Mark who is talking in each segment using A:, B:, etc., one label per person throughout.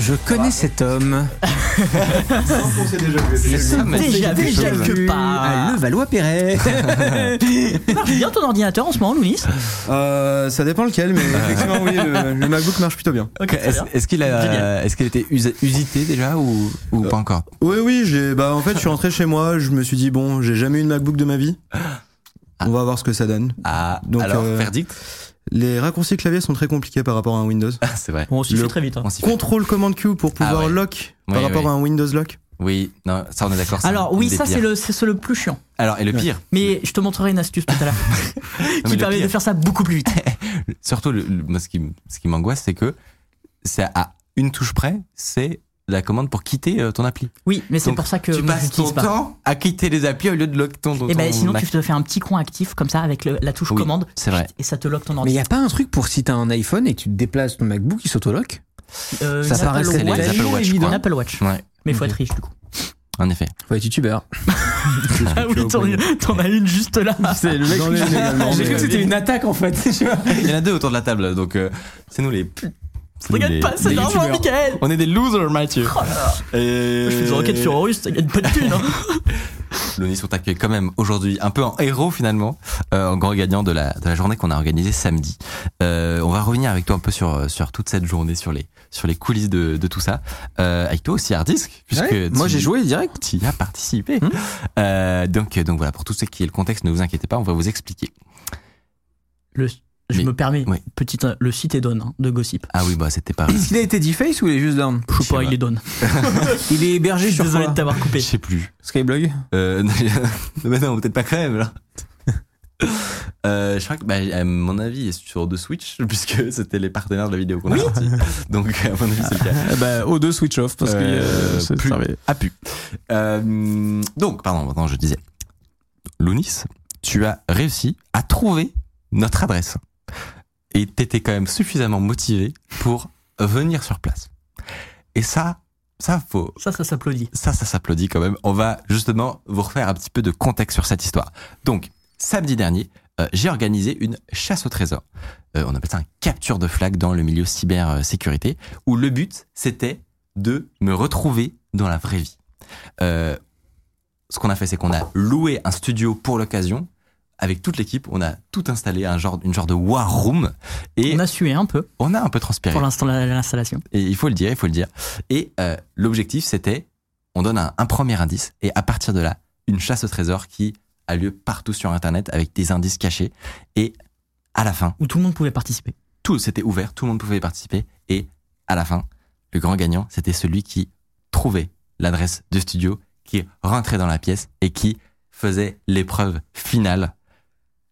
A: Je
B: Ah.
A: connais cet homme.
C: On s'est déjà vu.
A: Cet homme a
D: Déjà
A: fait
D: vu quelque
A: chose
D: part.
B: Ah.
A: À Levallois-Perret.
D: Marche bien ton ordinateur en ce moment, Louis
C: Euh, ça dépend lequel, mais effectivement, oui, le, le MacBook marche plutôt bien.
D: Ok, très
B: Est-ce
D: bien.
B: est-ce qu'il
D: Génial.
B: a, est-ce qu'il était usa- usité déjà ou, ou pas encore
C: Oui, oui, j'ai, bah, en fait, je suis rentré chez moi, je me suis dit, bon, j'ai jamais eu de MacBook de ma vie. On va voir ce que ça donne.
B: Ah,
C: Donc,
B: alors
C: euh,
B: verdict
C: Les raccourcis clavier sont très compliqués par rapport à un Windows.
B: Ah, C'est vrai.
D: Bon, aussi,
C: le-
D: je suis très vite. hein.
B: On s'y fait.
C: Contrôle commande Q pour pouvoir
B: Ah ouais.
C: lock par
B: Oui,
C: rapport
B: oui.
C: à un Windows lock.
B: Oui, non, ça on est d'accord. c'est
D: Alors,
B: un
D: oui,
B: des
D: ça, c'est
B: pires.
D: le, c'est ce le plus chiant.
B: Alors et le pire,
D: Mais je te montrerai une astuce tout à l'heure
B: mais
D: qui
B: le
D: permet de
B: pire.
D: faire ça beaucoup plus vite.
B: surtout le- le- moi ce qui m- ce qui m'angoisse c'est que c'est à une touche près, c'est la commande pour quitter euh, ton appli.
D: Oui, mais c'est
B: Donc,
D: pour ça que
B: tu
D: moi,
B: passes
D: je l'utilise
B: ton
D: pas.
B: temps à quitter les applis au lieu de lock ton. ton
D: Et ben sinon,
B: Mac.
D: tu te fais un petit coin actif comme ça avec le- la touche
B: Oui,
D: commande
B: c'est vrai.
D: et ça te lock ton
A: Mais il
D: ordi.
A: n'y a pas un truc pour si t'as un iPhone et que tu te déplaces ton MacBook, il s'autoloque
D: Euh,
A: ça
D: une Apple
A: paraissait
B: les
D: Watch,
B: Apple Watch,
D: une
B: quoi.
D: Apple Watch.
B: Ouais,
D: Mais faut être riche du coup.
B: en effet.
A: Faut être youtubeur.
D: Ah oui, t'en t'en as une juste là.
A: C'est le mec
C: J'en ai une également,
A: J'ai cru
C: mais-
A: que c'était une attaque en fait. tu vois.
B: Il y en a deux autour de la table, donc euh, c'est nous les. c'est nous
D: Regarde
B: les-
D: pas, c'est
B: les
D: d'argent,
B: youtubeurs.
D: Michael
B: On est des losers, Mathieu.
D: Oh Je
B: Et...
D: fais des enquêtes sur Horus, ça gagne pas de thune. hein.
B: Lonis sont accueillis quand même aujourd'hui un peu en héros finalement, euh, en grand gagnant de la, de la journée qu'on a organisée samedi. Euh, on va revenir avec toi un peu sur, euh, sur toute cette journée, sur les, sur les coulisses de, de tout ça. Euh, avec toi aussi Hardisk, puisque
A: Ouais, moi
B: tu-
A: j'ai joué direct. Hmm.
B: Tu y as participé. Euh, donc, donc voilà, pour tout ce qui est le contexte, ne vous inquiétez pas, on va vous expliquer.
D: Le- Je
B: Mais-
D: me permets,
B: ouais.
D: petite, le site est donne hein, de Gossip.
B: Ah oui, bah c'était pas.
A: Est-ce qu'il a été deface ou il est juste down
D: Je
B: Je
D: sais pas,
B: sais
D: il est donne.
A: Il est
D: Je
A: hébergé
D: suis
A: sur
D: désolé de
A: quoi
D: t'avoir
B: Je
D: coupé.
B: sais plus.
A: Skyblog
B: Euh, bah non, peut-être pas quand même, là. Euh, je crois que, bah, à mon avis, est sur deux Switch, puisque c'était les partenaires de la vidéo qu'on a sorti. Donc, à mon avis, c'est le cas.
A: Bah, O2 switch off parce
B: Euh, plus, à pu. Euh, donc, pardon, maintenant je disais. Lounis, tu as réussi à trouver notre adresse. Et t'étais quand même suffisamment motivé pour venir sur place. Et ça, ça, faut,
D: Ça, ça s'applaudit.
B: ça, ça s'applaudit quand même. On va justement vous refaire un petit peu de contexte sur cette histoire. Donc, samedi dernier, euh, j'ai organisé une chasse au trésor. Euh, on appelle ça un capture de flag dans le milieu cybersécurité, où le but, c'était de me retrouver dans la vraie vie. Euh, ce qu'on a fait, c'est qu'on a loué un studio pour l'occasion. Avec toute l'équipe, on a tout installé, un genre, une genre de war room, et
D: On
B: on a,
D: a sué un peu
B: un peu transpiré.
D: pour l'instant la- l'installation.
B: Et il faut le dire, il faut le dire. Et euh, l'objectif, c'était, on donne un, un premier indice, et à partir de là, une chasse au trésor qui a lieu partout sur Internet avec des indices cachés. Et à la fin,
D: où tout le monde pouvait participer.
B: tout c'était ouvert, tout le monde pouvait y participer. Et à la fin, le grand gagnant, c'était celui qui trouvait l'adresse du studio, qui rentrait dans la pièce et qui faisait l'épreuve finale.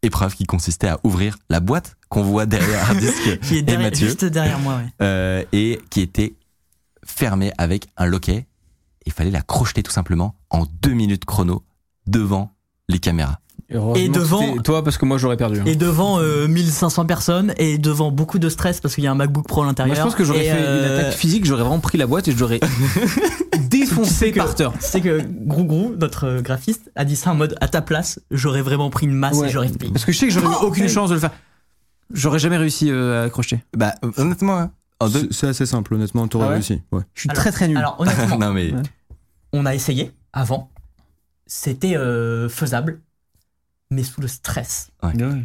B: Épreuve qui consistait à ouvrir la boîte qu'on voit derrière un disque
D: Qui est
B: et
D: derrière,
B: Mathieu
D: juste derrière moi, ouais.
B: euh, et qui était fermée avec un loquet. Il fallait la crocheter tout simplement en deux minutes chrono devant les caméras.
D: Et devant- c'était
A: Toi, parce que moi j'aurais perdu.
D: Et devant euh, 1500 personnes et devant beaucoup de stress parce qu'il y a un MacBook Pro à l'intérieur.
E: Bah,
A: Moi, je pense que j'aurais
D: Et,
A: fait
D: euh,
A: une attaque physique, j'aurais vraiment pris la boîte et je l'aurais défoncé
D: que-
A: par terre.
D: C'est que Grou Grou, notre euh, graphiste, a dit ça en mode à ta place, j'aurais vraiment pris une masse
A: Ouais.
D: et j'aurais fait.
A: Parce que je sais que j'aurais eu
D: Oh,
A: aucune
D: hey.
A: chance de le faire. J'aurais jamais réussi euh, à accrocher.
B: Bah euh, honnêtement, hein, en deux.
C: C'est, c'est assez simple, honnêtement, t'aurais
A: Ah ouais
C: réussi. Ouais.
A: Je suis
D: Alors-
A: très très nul.
D: Alors honnêtement,
B: non mais
A: Ouais.
D: on a essayé avant, c'était euh, faisable, mais sous le stress,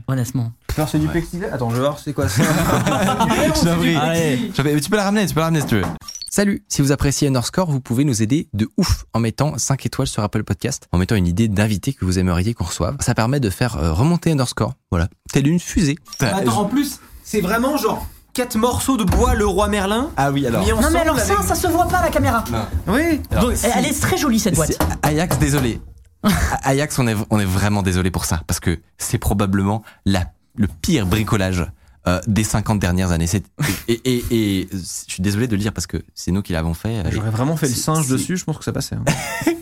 D: honnêtement.
A: Alors c'est du plexiglas. Attends, je vais voir c'est quoi ça.
B: Je t'en prie.
D: Allez.
B: Je vais- Tu peux la ramener, tu peux la ramener si tu veux. Salut, si vous appréciez Underscore, vous pouvez nous aider de ouf en mettant 5 étoiles sur Apple Podcast, en mettant une idée d'invité que vous aimeriez qu'on reçoive. Ça permet de faire euh, remonter Underscore, voilà, telle une fusée.
A: Attends, en plus, c'est vraiment genre quatre morceaux de bois le roi Merlin.
B: ah oui alors.
A: mis
D: Non
A: ensemble
D: mais alors ça,
A: avec-
D: ça se voit pas à la caméra.
A: Oui.
B: Alors,
D: Donc, elle est très jolie cette boîte.
B: C'est- Ajax, désolé. A- Ajax, on est, on est vraiment désolé pour ça, parce que c'est probablement la, le pire bricolage euh, des 50 dernières années. C'est- Et, et, et- et je suis désolé de le dire, parce que c'est nous qui l'avons fait. euh,
A: J'aurais vraiment fait le
B: Si-
A: singe
B: si-
A: dessus, je pense que ça passait. hein.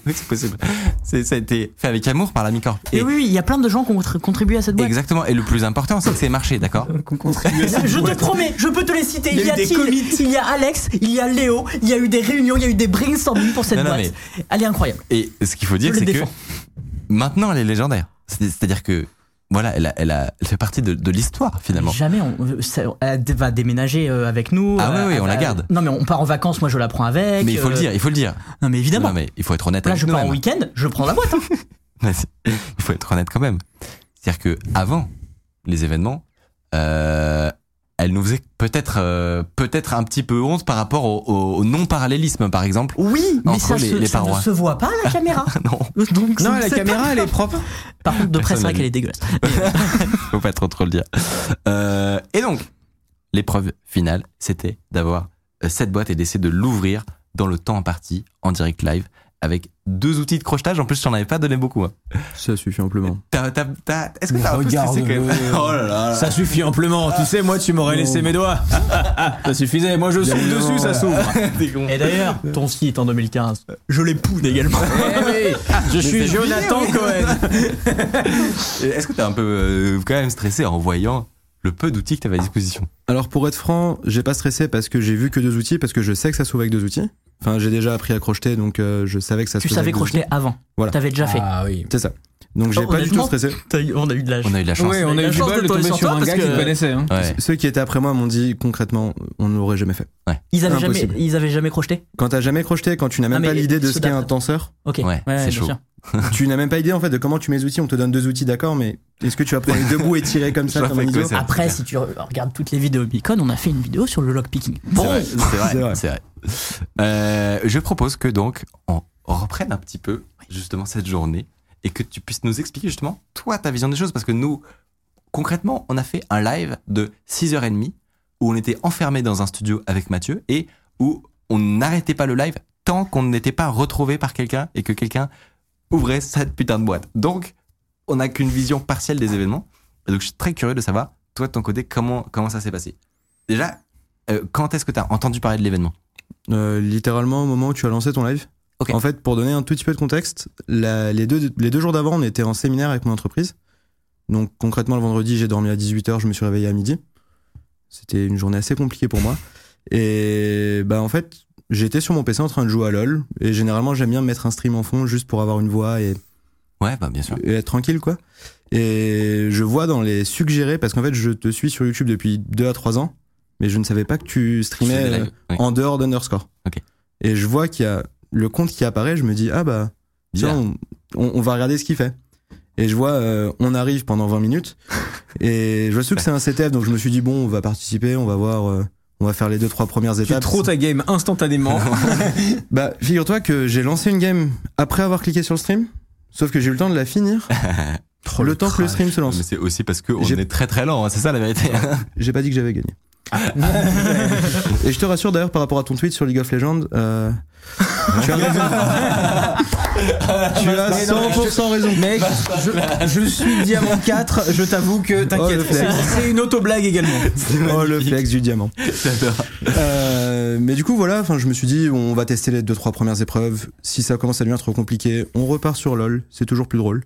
B: oui, c'est possible. C'est- Ça a été fait avec amour par la Micorp.
D: Et Eh oui, oui, il y a plein de gens qui ont tr- contribué à cette boîte.
B: Exactement, et le plus important, c'est que c'est marché, d'accord
D: Euh, Je te promets, je peux te les citer.
A: Il y a eu des
D: Till,
A: commits.
D: il y a Alex, il y a Léo, il y a eu des réunions, il y a eu des brainstorming pour cette
B: Non, non,
D: boîte. Elle est incroyable.
B: Et ce qu'il faut dire,
D: Je les
B: c'est que
D: défends.
B: maintenant, elle est légendaire. C'est- C'est-à-dire que voilà, elle, a- elle, a- elle fait partie de, de l'histoire finalement.
D: Jamais, on, euh, ça- elle dé- va déménager euh, avec nous.
B: Ah
D: euh,
B: oui, oui,
D: elle
B: on la
D: va-
B: garde.
D: Non, mais on part en vacances, moi je la prends avec.
B: Mais il faut le
D: euh,
B: dire, il faut le dire.
D: Non, mais évidemment.
B: Non, mais il faut être honnête
D: Là,
B: avec
D: je pars en
B: nous-mêmes.
D: week-end, je prends la boîte. hein.
B: Vas-y. Il faut être honnête quand même. C'est-à-dire que avant les événements, euh, elle nous faisait peut-être euh, peut-être un petit peu honte par rapport au, au- au non-parallélisme, par exemple.
D: Oui, mais
B: Entre
D: ça,
B: les-
D: se,
B: les
D: ça ne
B: parois.
D: se voit pas à la caméra.
B: non,
D: Donc,
A: Non,
D: c'est-
A: la
D: c'est
A: caméra,
D: pas
A: elle est
D: grave.
A: propre.
D: Par contre, de près,
B: Personne
D: c'est vrai
B: l'a
D: qu'elle est dégueulasse.
B: faut pas trop trop le dire. Euh, et donc, l'épreuve finale, c'était d'avoir euh, cette boîte et d'essayer de l'ouvrir dans le temps imparti, en direct live, avec deux outils de crochetage. En plus, j'en avais pas donné beaucoup. moi.
C: Ça suffit amplement.
B: T'as- t'as- t'as- Est-ce que
E: Mais
B: t'as un peu stressé quand même
E: regarde-le.
B: Oh là là là.
E: Ça suffit amplement. Tu sais, moi, tu m'aurais laissé mes doigts. ça suffisait. Moi, je saute
C: Évidemment.
E: dessus, ça s'ouvre.
D: Et d'ailleurs, ton site en 2015, je l'époude également.
E: Eh je suis Jonathan Cohen.
B: Est-ce que t'es un peu euh, quand même stressé en voyant le peu d'outils que t'avais à disposition
C: Alors pour être franc, j'ai pas stressé parce que j'ai vu que deux outils, parce que je sais que ça s'ouvre avec deux outils. Enfin, j'ai déjà appris à crocheter, donc euh, je savais que ça se
D: tu
C: faisait
D: savais
C: avec deux
D: crocheter
C: outils.
D: avant.
C: Voilà.
D: T'avais déjà fait.
E: Ah oui.
C: C'est ça. Donc j'ai
D: Oh,
C: pas du tout
D: honnêtement
C: stressé.
D: T'as eu- on a eu de l'âge.
B: On a eu de la chance.
E: Ouais, on a
D: La
E: eu du
D: chance
E: bol
D: de
E: de
D: tomber
E: tomber
D: sur
E: sur un
D: toi,
E: gars
D: parce
E: qui
D: que-
E: connaissait. hein.
B: Ouais.
C: Ceux qui étaient après moi m'ont dit concrètement, on ne l'aurait jamais fait.
D: Ils avaient jamais,
C: Impossible.
D: ils avaient jamais crocheté.
C: Quand t'as jamais crocheté, quand tu n'as
D: Ah,
C: même
D: mais
C: pas l'idée de
D: ceux
C: ce qu'est un
D: d'après.
C: tenseur,
D: Ok.
B: Ouais, c'est
D: bien
B: chaud.
D: sûr.
C: tu n'as même pas idée en fait de comment tu mets les outils. On te donne deux outils, d'accord, mais est-ce que tu vas prendre les deux bouts et tirer comme
B: Je
C: ça
B: vois
C: comme un
B: avec quoi
C: idiot
B: c'est-
D: Après, si tu re- regardes toutes les vidéos Bicon, on a fait une vidéo sur le lockpicking.
B: C'est
D: Bon,
B: vrai, c'est vrai,
C: C'est vrai.
B: c'est vrai. Euh, je propose que donc on reprenne un petit peu justement cette journée et que tu puisses nous expliquer justement toi ta vision des choses parce que nous concrètement on a fait un live de 6h30 où on était enfermé dans un studio avec Mathieu et où on n'arrêtait pas le live tant qu'on n'était pas retrouvé par quelqu'un et que quelqu'un ouvrait cette putain de boîte. Donc on n'a qu'une vision partielle des événements. Et donc je suis très curieux de savoir toi de ton côté comment comment ça s'est passé. Déjà, euh, quand est-ce que tu as entendu parler de l'événement
C: Euh, littéralement au moment où tu as lancé ton live.
B: Ok.
C: En fait, pour donner un tout petit peu de contexte, la- les, deux, les deux jours d'avant, on était en séminaire avec mon entreprise. Donc concrètement, le vendredi, j'ai dormi à 18h, je me suis réveillé à midi. C'était une journée assez compliquée pour moi. Et bah en fait, j'étais sur mon PC en train de jouer à LoL. Et généralement, j'aime bien mettre un stream en fond juste pour avoir une voix et,
B: Ouais, bah bien sûr.
C: et être tranquille, quoi. Et je vois dans les suggérés, parce qu'en fait, je te suis sur YouTube depuis 2 à 3 ans, mais je ne savais pas que tu
B: Tu fais
C: streamais...
B: des
C: euh,
B: lives. Ouais.
C: en dehors d'Underscore.
B: Ok.
C: Et je vois qu'il y a le compte qui apparaît, je me dis, ah bah, tiens,
B: Bizarre.
C: on, on- on va regarder ce qu'il fait. Et je vois, euh, on arrive pendant 20 minutes, et je vois surtout que c'est un CTF, donc je me suis dit, bon, on va participer, on va voir, euh, on va faire les deux, trois premières
E: Tu
C: étapes.
E: trop ta game instantanément.
C: Bah, figure-toi que j'ai lancé une game après avoir cliqué sur le stream, sauf que j'ai eu le temps de la finir,
E: Oh,
C: le, temps que le stream se
B: Mais
C: lance.
B: c'est aussi parce qu'on
C: J'ai-
B: est très très lent, hein, c'est ça la vérité.
C: J'ai pas dit que j'avais gagné. et je te rassure d'ailleurs par rapport à ton tweet sur League of Legends, euh, tu as raison. tu as 100% raison.
E: Bah, Mec, je, je suis Diamant 4. Je t'avoue que
C: Oh, le
E: t'inquiète. c'est-
C: flex.
E: c'est une auto-blague également.
C: Oh le flex du diamant.
B: J'adore.
C: Euh, mais du coup voilà, enfin je me suis dit on va tester les deux trois premières épreuves. Si ça commence à devenir trop compliqué, on repart sur lol. C'est toujours plus drôle.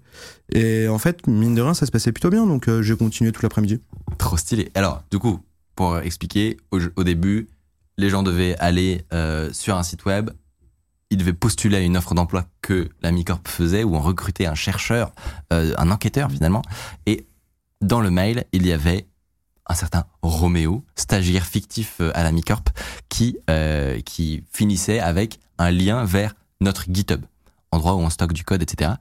C: Et en fait mine de rien ça se passait plutôt bien donc euh, j'ai continué tout l'après-midi.
B: Trop stylé. Alors, du coup, pour expliquer, au, au début, les gens devaient aller euh, sur un site web, ils devaient postuler à une offre d'emploi que la Micorp faisait, où on recrutait un chercheur, euh, un enquêteur finalement. Et dans le mail, il y avait un certain Roméo, stagiaire fictif euh, à la Micorp, qui, euh, qui finissait avec un lien vers notre GitHub, endroit où on stocke du code, etc.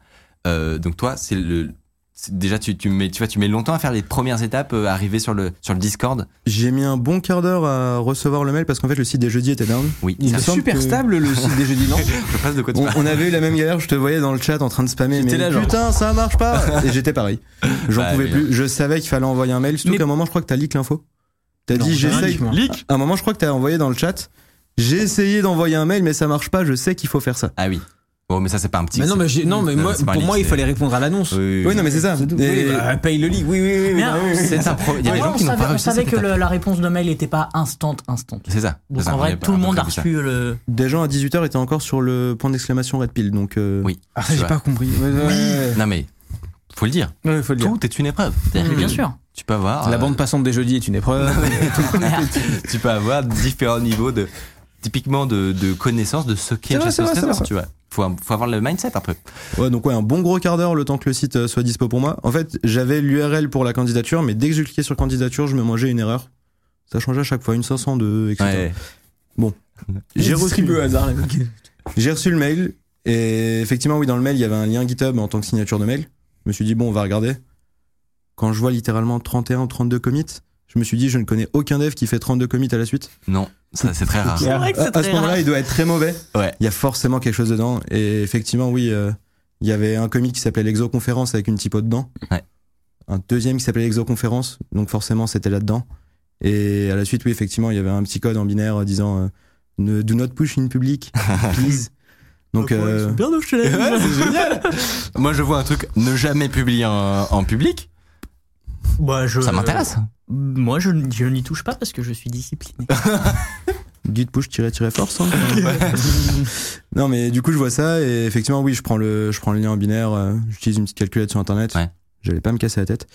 B: Euh, donc toi, c'est le, c'est- Déjà, tu, tu, mets, tu, vois, tu mets longtemps à faire les premières étapes, euh, à arriver sur le, sur le Discord.
C: J'ai mis un bon quart d'heure à recevoir le mail parce qu'en fait le site des jeudis était down.
B: Oui,
C: Il
E: Il
C: me
E: est
C: semble
E: super
C: que-
E: stable le site des jeudis, non
B: je passe de quoi tu
C: On,
B: parles.
C: on avait eu la même galère, je te voyais dans le chat en train de spammer mais
E: J'étais là, genre.
C: putain ça marche pas et j'étais pareil. J'en
B: Bah,
C: pouvais
B: mais-
C: plus, je savais qu'il fallait envoyer un mail, surtout
D: Mais-
C: qu'à un moment je crois que t'as leak l'info. T'as
E: Non,
C: dit
E: j'ai rien
C: j'essaye
E: dit, moi.
C: À un moment, je crois que t'as envoyé dans le chat. J'ai essayé d'envoyer un mail, mais ça marche pas. Je sais qu'il faut faire ça.
B: Ah oui. Bon, mais ça, c'est pas un petit.
E: Mais non,
B: c'est-
E: mais, j'ai- non, mais moi,
B: c'est pas un
E: pour
B: leak,
E: moi, il
B: c'est-
E: fallait répondre à l'annonce.
B: Oui, oui,
C: Oui, non,
B: oui.
C: mais c'est ça. Et-
E: Oui, bah, paye le lit. Oui, oui, oui. oui,
D: Merde.
E: bah, oui, oui.
B: C'est un pro- Il y a des
D: Ouais,
B: gens
D: on
B: qui n'ont
D: savait,
B: pas
D: on
B: réussi.
D: savait
B: cette
D: que le-
B: étape.
D: la réponse de mail n'était pas instant, instant.
B: C'est ça.
D: Donc
B: C'est ça,
D: en
B: on est
D: vrai,
B: pas-
D: tout le
B: on est
D: monde a
B: comme ça.
D: reçu le.
C: Des gens à 18h étaient encore sur le point d'exclamation Red Pill. Donc, euh,
B: Oui.
E: Ah,
B: Tu
E: j'ai
B: vois.
E: pas compris. Ouais, ouais, ouais.
B: Non, mais faut le dire.
E: Ouais, faut le dire.
B: Tout est une épreuve. C'est-à-dire
D: Mais
B: que
D: bien sûr.
B: Tu peux avoir.
C: Ah.
E: La
B: euh,
E: bande passante des jeudis est une épreuve.
B: tu peux avoir différents niveaux de. Typiquement de, de connaissance de ce qu'est
E: C'est vrai,
B: Chasse au
E: c'est vrai,
B: Trésor,
E: c'est vrai.
B: tu vois. Faut, un- faut avoir le mindset un peu.
C: Ouais, donc ouais, un bon gros quart d'heure le temps que le site euh, soit dispo pour moi. En fait, j'avais l'URL pour la candidature, mais dès que je cliquais sur candidature, je me mangeais une erreur. Ça changeait à chaque fois, une 502, etc. J'ai reçu,
E: au hasard.
C: j'ai reçu le mail, et effectivement, oui, dans le mail, il y avait un lien GitHub en tant que signature de mail. Je me suis dit, bon, on va regarder. Quand je vois littéralement 31 ou 32 commits, je me suis dit, je ne connais aucun dev qui fait 32 commits à la suite.
B: Non, ça c'est très rare.
E: C'est
D: vrai que c'est
C: Ah, À, à ce
D: très
C: moment-là,
D: rare.
C: il doit être très mauvais.
B: Ouais.
C: Il y a forcément quelque chose dedans. Et effectivement, oui, euh, il y avait un comic qui s'appelait l'exoconférence avec une typo dedans.
B: Ouais.
C: Un deuxième qui s'appelait l'exoconférence. Donc forcément, c'était là-dedans. Et à la suite, oui, effectivement, il y avait un petit code en binaire euh, disant euh, ne, Do not push in public,
D: Ah,
C: please. Donc, euh,
D: Bien au chalet.
B: Ouais, c'est génial. Moi, je vois un truc ne jamais publier en, en public.
D: Bah, je-
B: Ça m'intéresse.
D: Moi, je, je n'y touche pas parce que je suis discipliné.
C: git push-force. hein. non, mais du coup, je vois ça. Et effectivement, oui, je prends le, je prends le lien en binaire. euh, J'utilise une petite calculette sur Internet.
B: Ouais.
C: J'allais pas me casser la tête.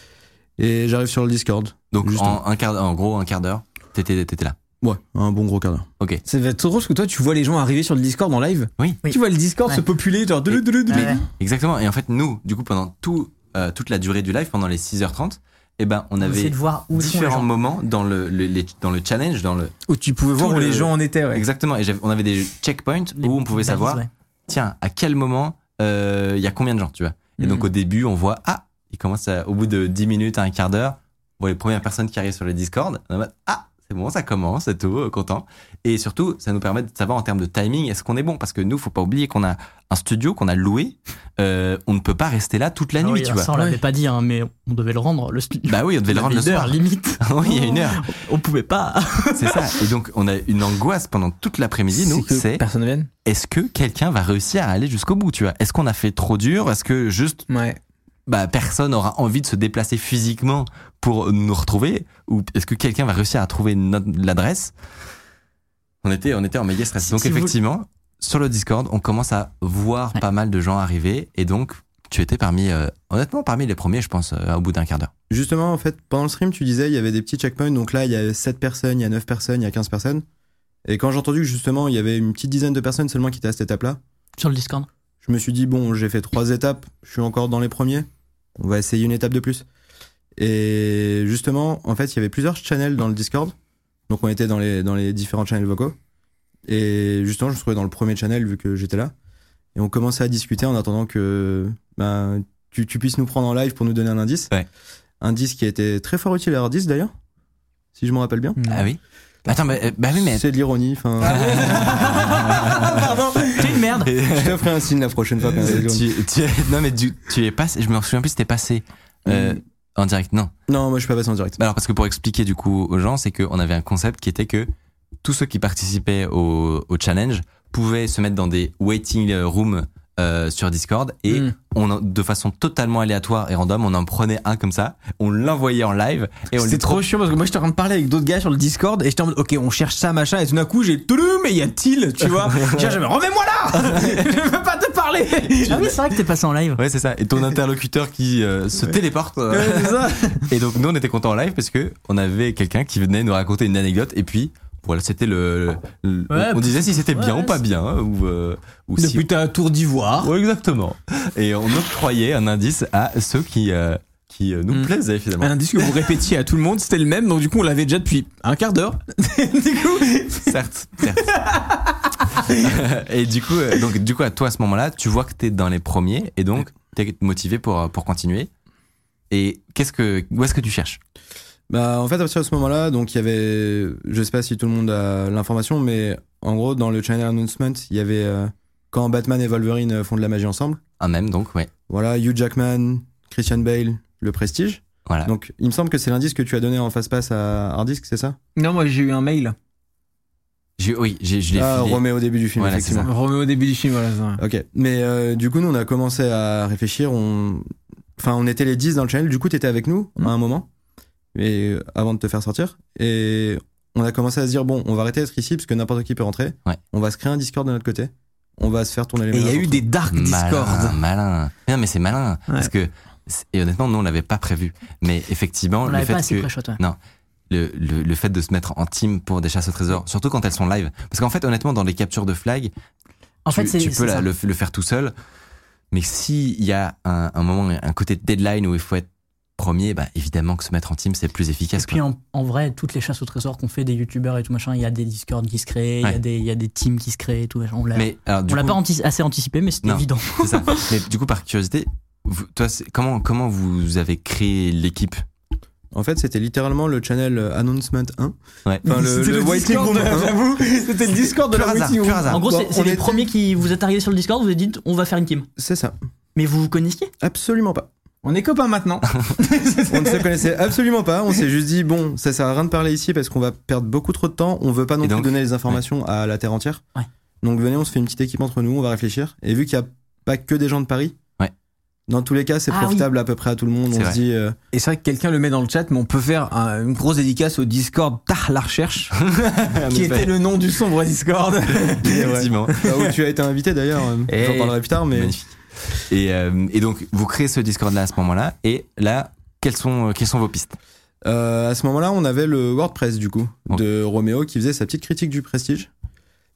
C: Et j'arrive sur le Discord.
B: Donc,
C: Juste
B: en, un quart, en gros, un quart d'heure, t'étais t'étais là.
C: Ouais, un bon gros quart d'heure.
E: Ça va être trop drôle parce que toi, tu vois les gens arriver sur le Discord en live.
B: Oui.
D: Oui.
E: Tu vois le Discord
D: Ouais.
E: se populer, genre. doulou, doulou, doulou.
D: Ouais.
B: Exactement. Et en fait, nous, du coup, pendant tout, euh, toute la durée du live, pendant les 6h30, eh ben, on
D: On essaie
B: avait
D: de voir où sont les
B: différents
D: gens.
B: moments dans le, le- les- dans le challenge, dans le
E: Où tu pouvais voir
B: Tout
E: où
B: le-
E: les gens en étaient, ouais.
B: exactement. Et j'avais- on avait des checkpoints
D: Les
B: où on pouvait
D: balises,
B: savoir,
D: ouais.
B: tiens, à quel moment euh, il y a combien de gens, tu vois. Et donc au début, on voit, ah, il commence à- au bout de 10 minutes à un quart d'heure, on voit les premières personnes qui arrivent sur le Discord, on est en mode, ah, c'est bon, ça commence et tout, euh, content. Et surtout, ça nous permet de savoir en termes de timing, est-ce qu'on est bon Parce que nous, faut pas oublier qu'on a un studio qu'on a loué, euh, on ne peut pas rester là toute la
D: Ah
B: nuit,
D: oui,
B: tu
D: alors
B: vois.
D: Ça, on l'avait pas dit, hein, mais on devait le rendre, le studio.
B: Bah oui, on devait le rendre le
D: Leader,
B: soir.
D: limite.
B: oui, il y a une heure.
D: On pouvait pas.
B: C'est ça. Et donc, on a une angoisse pendant toute l'après-midi, nous,
E: que
B: c'est
E: Personne ne vienne.
B: est-ce que quelqu'un va réussir à aller jusqu'au bout, tu vois Est-ce qu'on a fait trop dur Est-ce que juste,
E: Ouais.
B: bah, personne aura envie de se déplacer physiquement pour nous retrouver Ou est-ce que quelqu'un va réussir à trouver notre- l'adresse On était, on était en méga stress.
D: Si-
B: donc,
D: si vous-
B: effectivement, sur le Discord, on commence à voir
D: Ouais.
B: pas mal de gens arriver. Et donc, tu étais parmi, euh, honnêtement, parmi les premiers, je pense, euh, au bout d'un quart d'heure.
C: Justement, en fait, pendant le stream, tu disais il y avait des petits checkpoints. Donc là, il y a 7 personnes, il y a 9 personnes, il y a 15 personnes. Et quand j'ai entendu que justement, il y avait une petite dizaine de personnes seulement qui étaient à cette étape-là,
D: Sur le Discord.
C: je me suis dit, bon, j'ai fait trois étapes, je suis encore dans les premiers. On va essayer une étape de plus. Et justement, en fait, il y avait plusieurs channels dans le Discord. Donc on était dans les, dans les différents channels vocaux. Et justement, je me trouvais dans le premier channel vu que j'étais là. Et on commençait à discuter en attendant que ben, tu, tu puisses nous prendre en live pour nous donner un indice.
B: Ouais.
C: Un indice qui a été très fort utile à Hardis d'ailleurs, si je m'en rappelle bien.
B: Ah oui Attends, bah, euh, bah oui, mais.
C: C'est de l'ironie. enfin,
D: T'es une merde.
C: je te ferai un signe la prochaine fois. quand il y a de l'ironie.
B: tu, tu es- non mais tu, tu es passé, je me souviens plus si t'es passé euh, en direct. Non.
C: Non, moi je suis pas passé en direct.
B: Bah Alors parce que pour expliquer du coup aux gens, c'est qu'on avait un concept qui était que tous ceux qui participaient au, au challenge pouvaient se mettre dans des waiting rooms euh, sur Discord et
E: Mm.
B: on en- de façon totalement aléatoire et random, on en prenait un comme ça, on l'envoyait en live et on lui
E: C'était trop chiant parce que moi j'étais en train de parler avec d'autres gars sur le Discord et j'étais en mode ok on cherche ça machin et tout d'un coup j'ai tout mais y a-t-il tu vois Tiens, je me- remets-moi là je veux pas te parler
D: Ah oui, c'est vrai que t'es passé en live.
B: Ouais, c'est ça. Et ton interlocuteur qui euh, se téléporte.
E: Ouais, c'est ça.
B: Et donc nous on était contents en live parce que on avait quelqu'un qui venait nous raconter une anecdote et puis voilà c'était le, le-
D: Ouais,
B: on disait si c'était bien
D: ouais,
B: ou pas bien hein, ou euh, ou si
E: depuis t'as un tour d'ivoire
B: Ouais, Oh, exactement et on octroyait un indice à ceux qui euh, qui euh, nous
E: Mm.
B: plaisaient finalement
E: un indice que vous répétiez à tout le monde c'était le même donc du coup on l'avait déjà depuis un quart d'heure du coup
B: certes certes et du coup euh, donc du coup à toi à ce moment-là tu vois que t'es dans les premiers et donc t'es motivé pour euh, pour continuer et qu'est-ce que où est-ce que tu cherches
C: Bah, en fait, à partir de ce moment-là, donc il y avait, je sais pas si tout le monde a l'information, mais en gros, dans le channel announcement, il y avait euh, quand Batman et Wolverine euh, font de la magie ensemble.
B: un même donc ouais
C: Voilà, Hugh Jackman, Christian Bale, le Prestige.
B: voilà
C: Donc, il me semble que c'est l'indice que tu as donné en face passe à Hardisk, c'est ça
E: non moi j'ai eu un mail
B: J'ai- oui j'ai je l'ai
C: Ah,
B: filé.
C: Roméo au début du film,
B: Voilà, c'est
C: effectivement.
E: remets au début du film voilà ça.
C: Ok. Mais euh, du coup, nous, on a commencé à réfléchir. On... Enfin, on était les 10 dans le channel. Du coup, t'étais avec nous
E: Mhm.
C: à un moment, et euh, avant de te faire sortir. Et on a commencé à se dire bon, on va arrêter d'être ici parce que n'importe qui peut rentrer.
B: Ouais.
C: On va se créer un Discord de notre côté. On va se faire tourner les
E: et il y a
C: ménages
E: eu
C: entre
E: des dark
B: Malin,
E: Discord
B: malin. Non, mais c'est malin. Parce que, c'est- et honnêtement, nous, on l'avait pas prévu. Mais effectivement,
D: On
B: le
D: l'avait
B: fait,
D: pas assez
B: que,
D: pré-shot, ouais.
B: le, le- le fait de se mettre en team pour des chasses au trésor, surtout quand elles sont live. Parce qu'en fait, honnêtement, dans les captures de flag,
D: En
B: tu,
D: fait, c'est
B: tu
D: c'est
B: peux la-
D: ça.
B: le, le faire tout seul. Mais s'il y a un, un moment, un côté deadline où il faut être premier, bah, évidemment que se mettre en team, c'est plus efficace.
D: Et puis
B: quoi.
D: en, en vrai, toutes les chasses au trésor qu'on fait des youtubeurs et tout machin, il y a des discords qui se créent, il y a
B: Ouais.
D: des- il y, a des teams qui se créent et tout machin. On l'a
B: mais, alors, du
D: on l'a
B: coup,
D: pas anti- assez anticipé, mais c'était
B: Non.
D: évident.
B: c'est ça. Mais du coup, par curiosité, vous- toi, c'est- comment, comment vous avez créé l'équipe
C: En fait, c'était littéralement le channel euh, Announcement 1.
B: Ouais.
C: Enfin, le,
E: C'était
C: le
E: le hein.
C: Waiting
E: Discord,
C: Room 1.
E: j'avoue. C'était le Discord de
B: Pur
E: la
B: hasard,
E: waiting room.
B: pur hasard.
D: en gros,
C: bon,
D: c'est- c'est
C: on
D: les
C: était-
D: premiers qui vous êtes arrivés sur le Discord, vous vous êtes dit on va faire une team.
C: C'est ça.
D: Mais vous vous connaissiez
C: Absolument pas.
E: On est copains maintenant.
C: On ne se connaissait absolument pas. On s'est juste dit, bon, ça sert à rien de parler ici parce qu'on va perdre beaucoup trop de temps. On veut pas non
B: Et
C: plus
B: donc
C: donner les informations à la Terre entière.
D: Ouais.
C: Donc venez, on se fait une petite équipe entre nous, on va réfléchir. Et vu qu'il n'y a pas que des gens de Paris,
B: Ouais.
C: dans tous les cas, c'est
D: Ah
C: profitable à peu près à tout le monde.
B: C'est
C: On
B: vrai.
C: se dit, euh,
E: Et c'est vrai que quelqu'un le met dans le chat, mais on peut faire un- une grosse dédicace au Discord Tah la recherche,
B: Ah,
E: qui était
B: bah,
E: le nom du sombre Discord.
B: Effectivement.
C: là Bah, où tu as été invité d'ailleurs,
E: Et-
C: euh, j'en parlerai plus tard, mais
B: Eh, Magnifique. Et, euh, et donc, vous créez ce Discord-là à ce moment-là. Et là, quelles sont, euh, quelles sont vos pistes
C: Euh, à ce moment-là, on avait le WordPress du coup
B: Ok.
C: de Roméo qui faisait sa petite critique du prestige.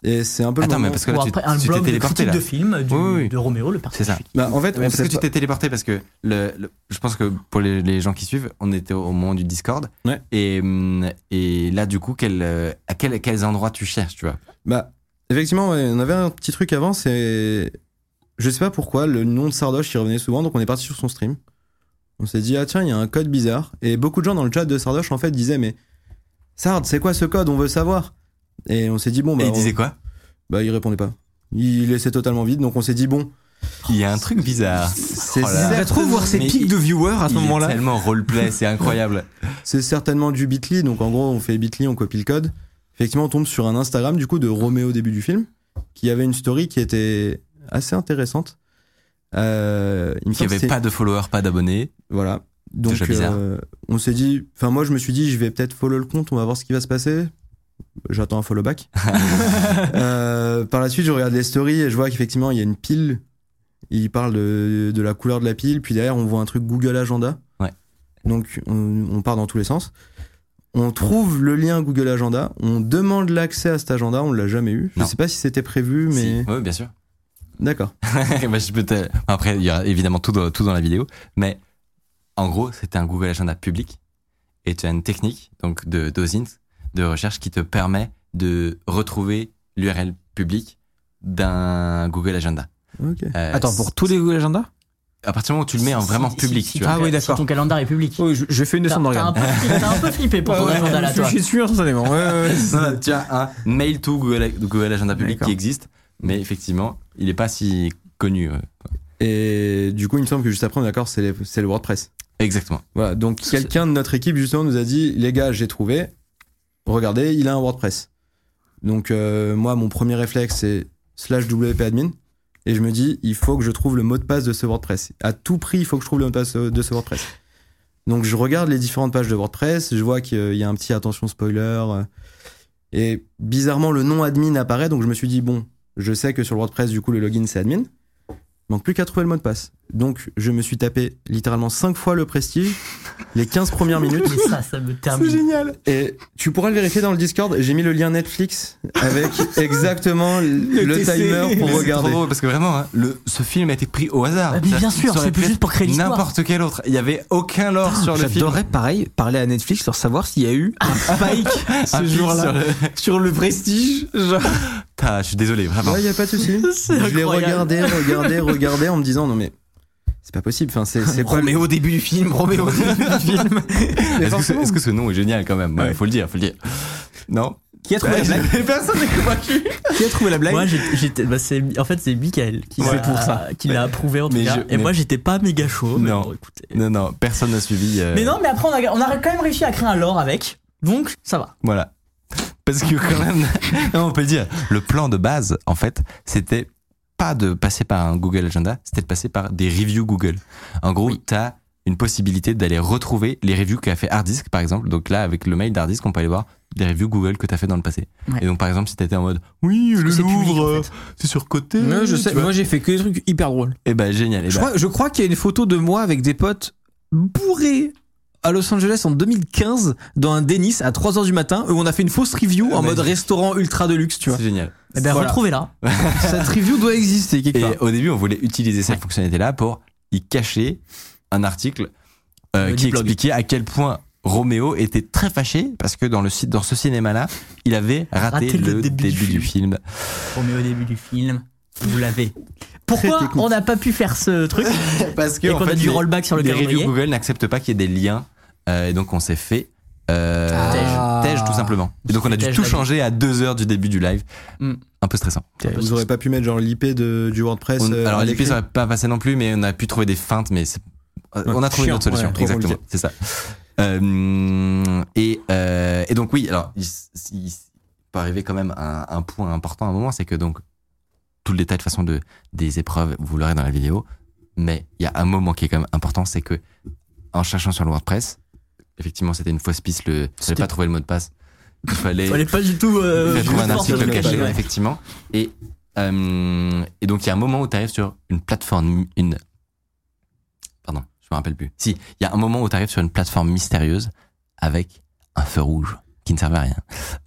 C: Et c'est un peu
B: Attends,
C: le moment.
B: mais parce que là,
D: Ou
B: tu
D: après un
B: tu t'es
D: blog de
B: téléporté
D: critique
B: là.
D: de film euh, du-
B: Oui, oui, oui.
D: de Roméo, le
B: C'est ça.
D: personnage.
C: Bah, en fait,
B: Ouais,
C: on
B: parce que
C: sait
B: tu
C: pas-
B: t'es téléporté parce que le, le- je pense que pour les, les gens qui suivent, on était au moment du Discord.
C: Ouais.
B: Et, hum, et là, du coup, quel, euh, à quel, quels endroits tu cherches, tu vois
C: Bah, effectivement, ouais, on avait un petit truc avant, c'est. Je sais pas pourquoi, le nom de Sardoche il revenait souvent, donc on est parti sur son stream. On s'est dit, ah tiens, il y a un code bizarre. Et beaucoup de gens dans le chat de Sardoche en fait disaient, mais Sard, c'est quoi ce code On veut savoir. Et on s'est dit, bon, bah.
B: Et il
C: on-
B: disait quoi
C: Bah, il répondait pas. Il laissait totalement vide, donc on s'est dit, bon,
B: Il y a un truc bizarre.
C: c'est
B: Oh là là.
E: J'aimerais trop voir ces
B: Mais
E: pics de viewers à ce
B: Il est
E: moment-là.
B: tellement roleplay, c'est incroyable.
C: C'est certainement du Bitly, donc en gros on fait Bitly, on copie le code. Effectivement, on tombe sur un Instagram du coup de Roméo au début du film, qui avait une story qui était assez intéressante. Euh,
B: Il
C: il me
B: n'y
C: semble que
B: avait
C: c'est-
B: pas de followers, pas d'abonnés.
C: Voilà. Donc
B: Déjà bizarre.
C: euh, on s'est dit, enfin moi je me suis dit, je vais peut-être follow le compte, on va voir ce qui va se passer. J'attends un follow back. Euh, par la suite, je regarde les stories et je vois qu'effectivement il y a une pile. Il parle de, de la couleur de la pile, puis derrière on voit un truc Google Agenda.
B: Ouais.
C: Donc on, on part dans tous les sens. On trouve le lien Google Agenda, on demande l'accès à cet agenda, on l'a jamais eu. Je
B: Non.
C: sais pas si c'était prévu, mais
B: Si. Ouais, bien sûr.
C: d'accord.
B: Bah, je peux te- Après, il y a évidemment tout dans, tout dans la vidéo. Mais en gros, c'était un Google Agenda public. Et tu as une technique donc de d'OSINT, de recherche, qui te permet de retrouver l'URL publique d'un Google Agenda.
C: Ok.
B: Euh,
E: Attends, pour tous les Google Agenda
B: À partir du moment où tu le mets en
D: Si-
B: vraiment
D: si-
B: public,
D: si-
B: tu
D: si
B: vois.
E: Ah oui,
D: ton-
E: d'accord.
D: Si ton calendrier est public.
E: Oui, je, je fais une
D: T'as
E: descente de
D: t'as un,
E: regard.
D: peu flippé- t'as un peu flippé pour ton agenda là,
E: je
D: toi.
E: suis sûr, instantanément. Ouais, ouais, ouais.
B: Non, non, tu as un mail to Google, Google Agenda public
E: D'accord.
B: qui existe, mais effectivement, il n'est pas si connu. euh.
C: Et du coup, il me semble que juste après, on est d'accord, c'est les- c'est le WordPress.
B: Exactement.
C: Voilà, donc quelqu'un de notre équipe justement nous a dit les gars, j'ai trouvé. Regardez, il a un WordPress. Donc euh, moi, mon premier réflexe c'est slash wp admin et je me dis il faut que je trouve le mot de passe de ce WordPress. À tout prix, il faut que je trouve le mot de passe euh, de ce WordPress. Donc je regarde les différentes pages de WordPress, je vois qu'il euh, y a un petit attention spoiler euh, et bizarrement le nom admin apparaît. Donc je me suis dit bon, je sais que sur le WordPress du coup le login c'est admin. Manque plus qu'à trouver le mot de passe. Donc je me suis tapé littéralement 5 fois le prestige les 15 premières minutes.
D: Mais ça, ça me termine.
C: génial. Et tu pourras le vérifier dans le Discord. J'ai mis le lien Netflix avec exactement le,
E: Le TC.
C: timer pour
B: Mais c'est trop
C: regarder.
B: drôle, parce que vraiment, hein, le, ce film a été pris au hasard.
D: Ah, mais bien
B: C'est-à-dire qu'il
D: sûr,
B: serait
D: c'est plus
B: fait
D: juste pour créer l'histoire.
B: N'importe quel autre. Il n'y avait aucun lore sur le film.
E: J'adorerais pareil parler à Netflix leur savoir s'il y a eu un spike
B: Un
E: ce
B: film sur
E: jour-là
B: le-
E: sur le prestige. Genre.
B: Putain, je suis désolé, vraiment.
C: Ouais, y a pas de souci. Je l'ai regardé, regardé, regardé en me disant non mais c'est pas possible. Enfin, c'est c'est quoi le-
E: Roméo au début du film, Roméo au début du film.
C: Mais
B: Est-ce que, ce-
C: forcément.
B: est-ce que ce nom est génial quand même Ouais, Faut le dire, faut le dire. Non
E: Qui a trouvé la blague
B: Personne n'est convaincu.
E: Qui a trouvé la blague
D: Moi, j'étais- j'étais. bah, c'est- en fait, c'est Michael qui
B: Ouais.
D: l'a- qui l'a approuvé en tout
B: Mais
D: cas.
B: je-
D: Et
B: mais-
D: moi, j'étais pas méga chaud. mais
B: Non.
D: bon, écoutez.
B: Non, non, personne n'a suivi. euh,
D: Mais non, mais après, on a, on a quand même réussi à créer un lore avec. Donc, ça va.
B: Voilà. Parce que quand même, non, on peut le dire, le plan de base, en fait, c'était pas de passer par un Google Agenda, c'était de passer par des reviews Google. En gros, t'as une possibilité d'aller retrouver les reviews qu'a fait Hardisk, par exemple. Donc là, avec le mail d'Hardisk, on peut aller voir des reviews Google que t'as fait dans le passé.
D: Ouais.
B: Et donc, par exemple, si t'étais en mode, oui, le
D: que c'est public,
B: Louvre,
D: en
B: euh, c'est surcoté.
E: Non, je sais,
B: tu vois.
E: moi j'ai fait que des trucs hyper drôles.
B: Eh ben, génial. Eh
E: Je
B: ben,
E: crois, je crois qu'il y a une photo de moi avec des potes bourrés à Los Angeles en 2015 dans un Dennis à 3h du matin où on a fait une fausse review en mode
B: magnifique.
E: restaurant ultra de luxe, tu vois.
B: C'est génial.
D: Eh ben,
E: Voilà.
D: retrouvez-la.
E: Cette review doit exister quelque
B: Et
E: part.
B: au début, on voulait utiliser cette fonctionnalité-là pour y cacher un article euh,
D: Le
B: qui
D: diplôme.
B: expliquait à quel point Roméo était très fâché parce que dans, le, site- dans ce cinéma-là, il avait raté, le, début, du film.
D: On est au début du film. Vous l'avez. Pourquoi on n'a pas pu faire ce truc
B: Parce que
D: et qu'on a du rollback sur le
B: les reviews
D: calendrier
B: Google n'acceptent pas qu'il y ait des liens. euh, et donc, on s'est fait euh,
D: Ah.
B: tège, tout simplement. Et donc, on a dû
D: Tège
B: tout
D: la vie.
B: changer à deux heures du début du live.
D: Hmm.
B: Un peu stressant.
C: Vous aurez pas pu mettre genre l'IP de- du WordPress.
B: On-
C: euh, à
B: alors, l'IP,
C: l'écrit
B: ça n'aurait pas passé non plus, mais on a pu trouver des feintes, mais c'est- euh, on a trouvé une
C: chiant,
B: autre solution.
C: ouais, trop
B: exactement,
C: compliqué.
B: c'est ça. Euh, et, euh, et donc, oui, alors, il, s- il s- peut arriver quand même un, un point important à un moment, c'est que donc, tout le détail de façon de, des épreuves, vous l'aurez dans la vidéo, mais il y a un moment qui est quand même important, c'est que en cherchant sur le WordPress, effectivement, c'était une fausse piste, le, j'ai pas trouvé le mot de passe. Il fallait,
D: Elle est pas du tout.
B: il
D: euh,
B: a trouvé un
D: forte,
B: article
D: euh,
B: caché,
D: ouais.
B: effectivement. Et, euh, et donc, il y a un moment où tu arrives sur une plateforme, une. Pardon, je me rappelle plus. Si, il y a un moment où tu arrives sur une plateforme mystérieuse avec un feu rouge qui ne servait à rien.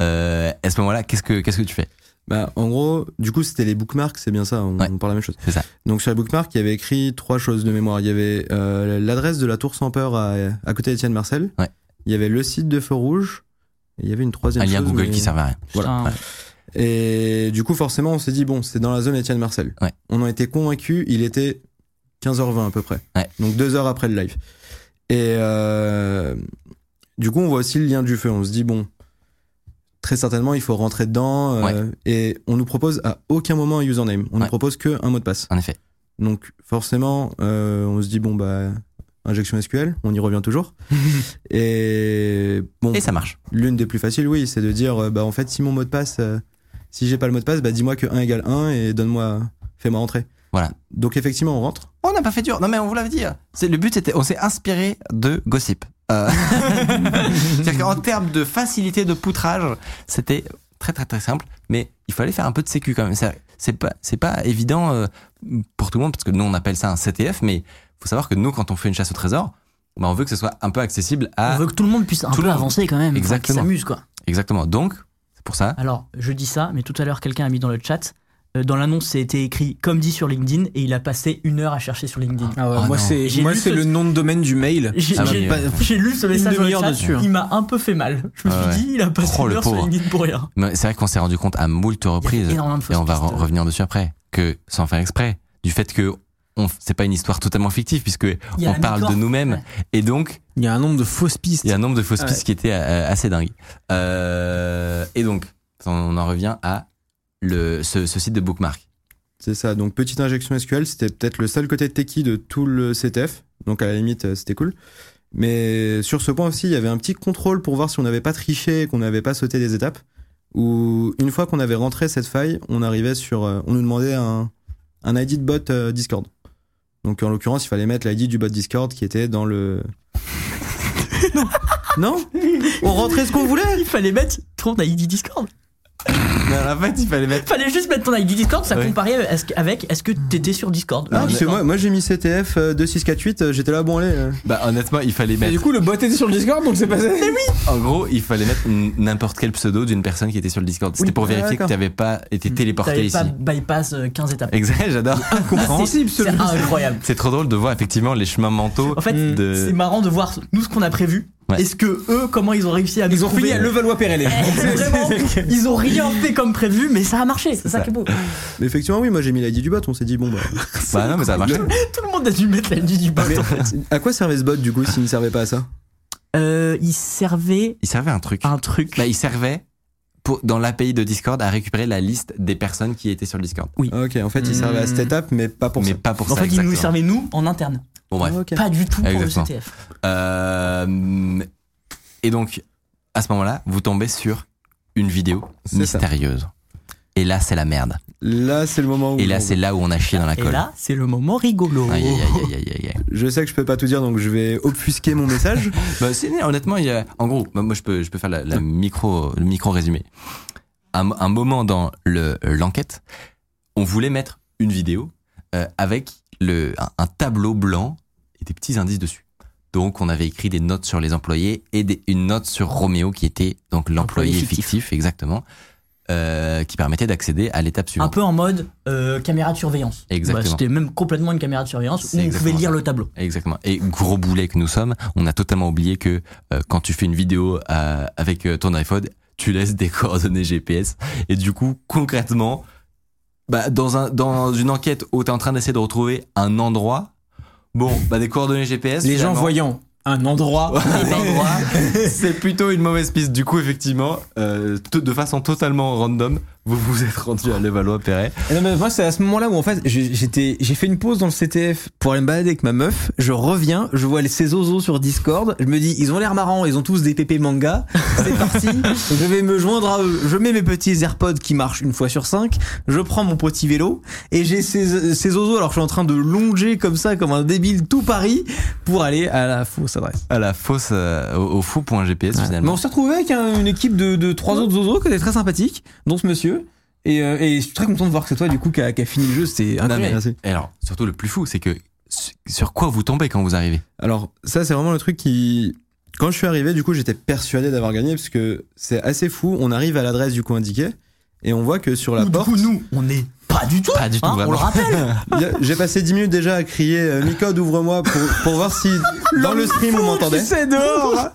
B: Euh, à ce moment-là, qu'est-ce que, qu'est-ce que tu fais
C: Bah, en gros, du coup, c'était les bookmarks, c'est bien ça, on,
B: Ouais.
C: on parle la même chose.
B: C'est ça.
C: Donc sur les bookmarks, il y avait écrit trois choses de mémoire. Il y avait euh, l'adresse de la Tour sans peur à, à côté d'Étienne Marcel.
B: Ouais.
C: Il y avait le site de Feu Rouge. Et il y avait une troisième
B: Un lien
C: chose.
B: Google
C: mais-
B: qui ne servait à rien.
D: Putain,
C: Et du coup, forcément, on s'est dit, bon, c'est dans la zone Étienne Marcel.
B: Ouais.
C: On en était convaincus, il était 15h20 à peu près.
B: Ouais.
C: Donc deux heures après le live. Et euh, du coup, on voit aussi le lien du feu. On se dit, bon, très certainement, il faut rentrer dedans. euh, Et on nous propose à aucun moment un username. On
B: Ouais.
C: nous propose que un mot de passe.
B: En effet.
C: Donc forcément, euh, on se dit, bon, bah, injection SQL, on y revient toujours. et bon,
B: Et ça marche.
C: L'une des plus faciles, oui, c'est de dire euh, bah en fait si mon mot de passe, euh, si j'ai pas le mot de passe, bah dis-moi que 1 égale 1 et donne-moi, fais-moi rentrer.
B: Voilà.
C: Donc effectivement on rentre.
B: On n'a pas fait dur. Non, mais on vous l'avait dit. hein. C'est, le but, c'était. On s'est inspiré de Gossip. Euh, C'est-à-dire qu'en termes de facilité de poutrage, c'était très, très, très simple. Mais il fallait faire un peu de sécu quand même. C'est, c'est pas, c'est pas évident euh, pour tout le monde, parce que nous, on appelle ça un CTF. Mais faut savoir que nous, quand on fait une chasse au trésor, bah, on veut que ce soit un peu accessible à.
D: On veut que tout le monde puisse un
B: Ah. Tout
D: peu
B: le monde.
D: avancer quand même. Enfin, Qu'il
B: Exactement.
D: s'amuse quoi.
B: Exactement. Donc, c'est pour ça.
D: Alors, je dis ça, mais tout à l'heure, quelqu'un a mis dans le chat. euh, dans l'annonce, c'était écrit comme dit sur LinkedIn et il a passé une heure à chercher sur LinkedIn.
E: Ah ouais,
B: Oh
E: moi
B: non.
E: c'est
D: J'ai
E: moi
D: lu
E: c'est
D: ce-
E: le nom de domaine du mail.
D: J'ai
B: Ah bah,
D: j'ai-
B: mais, euh,
D: j'ai lu ce message dans le
E: demi-heure
D: chat,
E: dessus, hein.
D: il m'a un peu fait mal. Je me
B: Ah ouais.
D: suis dit, il a passé
B: Oh,
D: une
B: le
D: heure sur
B: pauvre.
D: LinkedIn pour rien.
B: Mais euh, C'est vrai qu'on s'est rendu compte à moult reprises.
D: énormément de
B: et on
D: fausses
B: va
D: pistes.
B: re- revenir dessus après, que sans faire exprès, du fait que on, f- c'est pas une histoire totalement fictive puisque
D: Il y a
B: on
D: la
B: parle de
D: mid-corp.
B: nous-mêmes
D: Ouais. Ah
B: et donc
E: Il y a un nombre de fausses pistes.
B: il y a un nombre de fausses
E: Ouais.
B: pistes qui étaient euh, assez dingues. Euh, et donc on en revient à le, ce, ce site de bookmark.
C: C'est ça. Donc petite injection SQL, c'était peut-être le seul côté techie de tout le CTF. Donc à la limite euh, c'était cool. Mais sur ce point aussi, il y avait un petit contrôle pour voir si on n'avait pas triché, qu'on n'avait pas sauté des étapes. Ou une fois qu'on avait rentré cette faille, on arrivait sur, euh, on nous demandait un, un ID de bot euh, Discord. Donc en l'occurrence, il fallait mettre l'ID du bot Discord qui était dans le. non, on rentrait ce qu'on voulait.
D: Il fallait mettre ton ID Discord.
B: en fait il fallait mettre.
D: fallait juste mettre ton ID Discord, ça
B: Ouais.
D: comparait à ce que- avec est-ce que t'étais sur Discord.
C: Ah,
D: Alors,
C: parce que moi, moi j'ai mis CTF euh, 2648, euh, j'étais là bon allez. euh.
B: Bah honnêtement il fallait
E: Et
B: mettre.
E: du coup le bot était sur le Discord donc c'est passé.
B: En gros il fallait mettre n- n'importe quel pseudo d'une personne qui était sur le Discord. C'était
C: Oui.
B: pour
C: Ah,
B: vérifier que
C: d'accord.
B: tu n'avais pas été téléporté
D: Hmm. T'avais
B: ici.
D: pas bypass euh, 15 étapes.
B: Exact j'adore.
E: Incompréhensible
D: C'est
E: celui
D: incroyable.
B: C'est trop drôle de voir effectivement les chemins mentaux.
D: En fait,
B: de...
D: c'est marrant de voir nous ce qu'on a prévu.
B: Ouais.
D: Est-ce que eux, comment ils ont réussi à nous
E: Ils ont fini
D: trouver
E: à Levallois-Perret les gens.
D: Vraiment, ils ont rien fait comme prévu, mais ça a marché. C'est ça,
B: ça.
D: qui est beau.
C: Mais effectivement, oui, moi j'ai mis l'ID du bot, on s'est dit bon bah.
B: Bah non mais ça a marché.
D: Tout le monde a dû mettre la nuit du bot.
C: à quoi servait ce bot du coup s'il ne servait pas à ça
D: Euh, il servait
B: Il servait à un truc.
D: un truc.
B: Bah, il servait pour, dans l'API de Discord à récupérer la liste des personnes qui étaient sur le Discord.
C: Ah, Ok, en fait il servait à cette étape, mais pas pour
B: Hmm. mais
C: ça.
B: pas pour
D: en
B: ça.
D: fait, il nous
B: exactement.
D: servait nous en interne.
B: Bon, bref.
C: Ok.
D: Pas du tout pour le
B: Exactement.
D: CTF.
B: Euh, et donc, à ce moment-là, vous tombez sur une vidéo
C: C'est ça.
B: mystérieuse. Et là, c'est la merde.
C: Là c'est le moment où.
B: Et là, c'est là où on a chié dans la
D: Et
B: colle.
D: là, c'est le moment rigolo.
B: Aïe, aïe, aïe, aïe, aïe, aïe.
C: Je sais que je peux pas tout dire donc je vais obfusquer mon message.
B: Bah, c'est- honnêtement, il y a- en gros, bah, moi, je peux, je peux faire la, la micro, le micro résumé. Un, un moment dans le- l'enquête, on voulait mettre une vidéo euh, avec le, un, un tableau blanc et des petits indices dessus. Donc, on avait écrit des notes sur les employés et des- une note sur Roméo, qui était donc l'employé
D: Employé
B: fictif.
D: fictif.
B: exactement, euh, qui permettait d'accéder à l'étape
D: Un
B: suivante.
D: peu en mode euh, caméra de surveillance.
B: Exactement.
D: Bah, C'était même complètement une caméra de surveillance
B: C'est
D: où on pouvait
B: exactement
D: lire
B: ça.
D: le tableau.
B: Exactement. Et gros boulet que nous sommes, on a totalement oublié que euh, quand tu fais une vidéo euh, avec euh, ton iPhone, tu laisses des coordonnées GPS. Et du coup, concrètement, bah, dans, un, dans une enquête où tu es en train d'essayer de retrouver un endroit, bon, bah, des coordonnées GPS.
E: Les gens
B: finalement,
E: voyant un endroit.
D: ben,
B: un endroit, c'est plutôt une mauvaise piste. Du coup, effectivement, euh, t- de façon totalement random, vous vous êtes rendu à Levallois-Perret.
E: non, mais moi, c'est à ce moment-là où en fait, j'ai- j'étais, j'ai fait une pause dans le CTF pour aller me balader avec ma meuf. Je reviens, je vois les- ces oiseaux sur Discord. Je me dis, ils ont l'air marrants, ils ont tous des pépés manga. C'est parti, je vais me joindre à eux. Je mets mes petits AirPods qui marchent une fois sur cinq. Je prends mon petit vélo et j'ai ces, ces oiseaux. Alors, je suis en train de longer comme ça, comme un débile, tout Paris pour aller à la fausse adresse.
B: À la fosse, euh, au, au fou point GPS,
E: Mais
B: finalement.
E: on s'est retrouvé avec un- une équipe de, de trois autres zozos qui étaient très sympathiques, dont ce monsieur. Et, euh, et je suis très content de voir que c'est toi du coup qui a, qui a fini le jeu. C'était
B: Non,
E: incroyable.
B: mais-
C: Merci.
B: Et alors, surtout le plus fou, c'est que su- sur quoi vous tombez quand vous arrivez
C: Alors ça c'est vraiment le truc qui quand je suis arrivé du coup j'étais persuadé d'avoir gagné parce que c'est assez fou, on arrive à l'adresse du coup indiquée et on voit que sur la
D: Où, du
C: porte
D: coup, nous, on n'est pas du tout.
B: Pas du tout,
D: hein, on
B: vraiment.
D: le rappelle.
C: Il y a- J'ai passé 10 minutes déjà à crier euh, Micode ouvre-moi pour, pour voir si dans le stream on m'entendait.
E: C'est dehors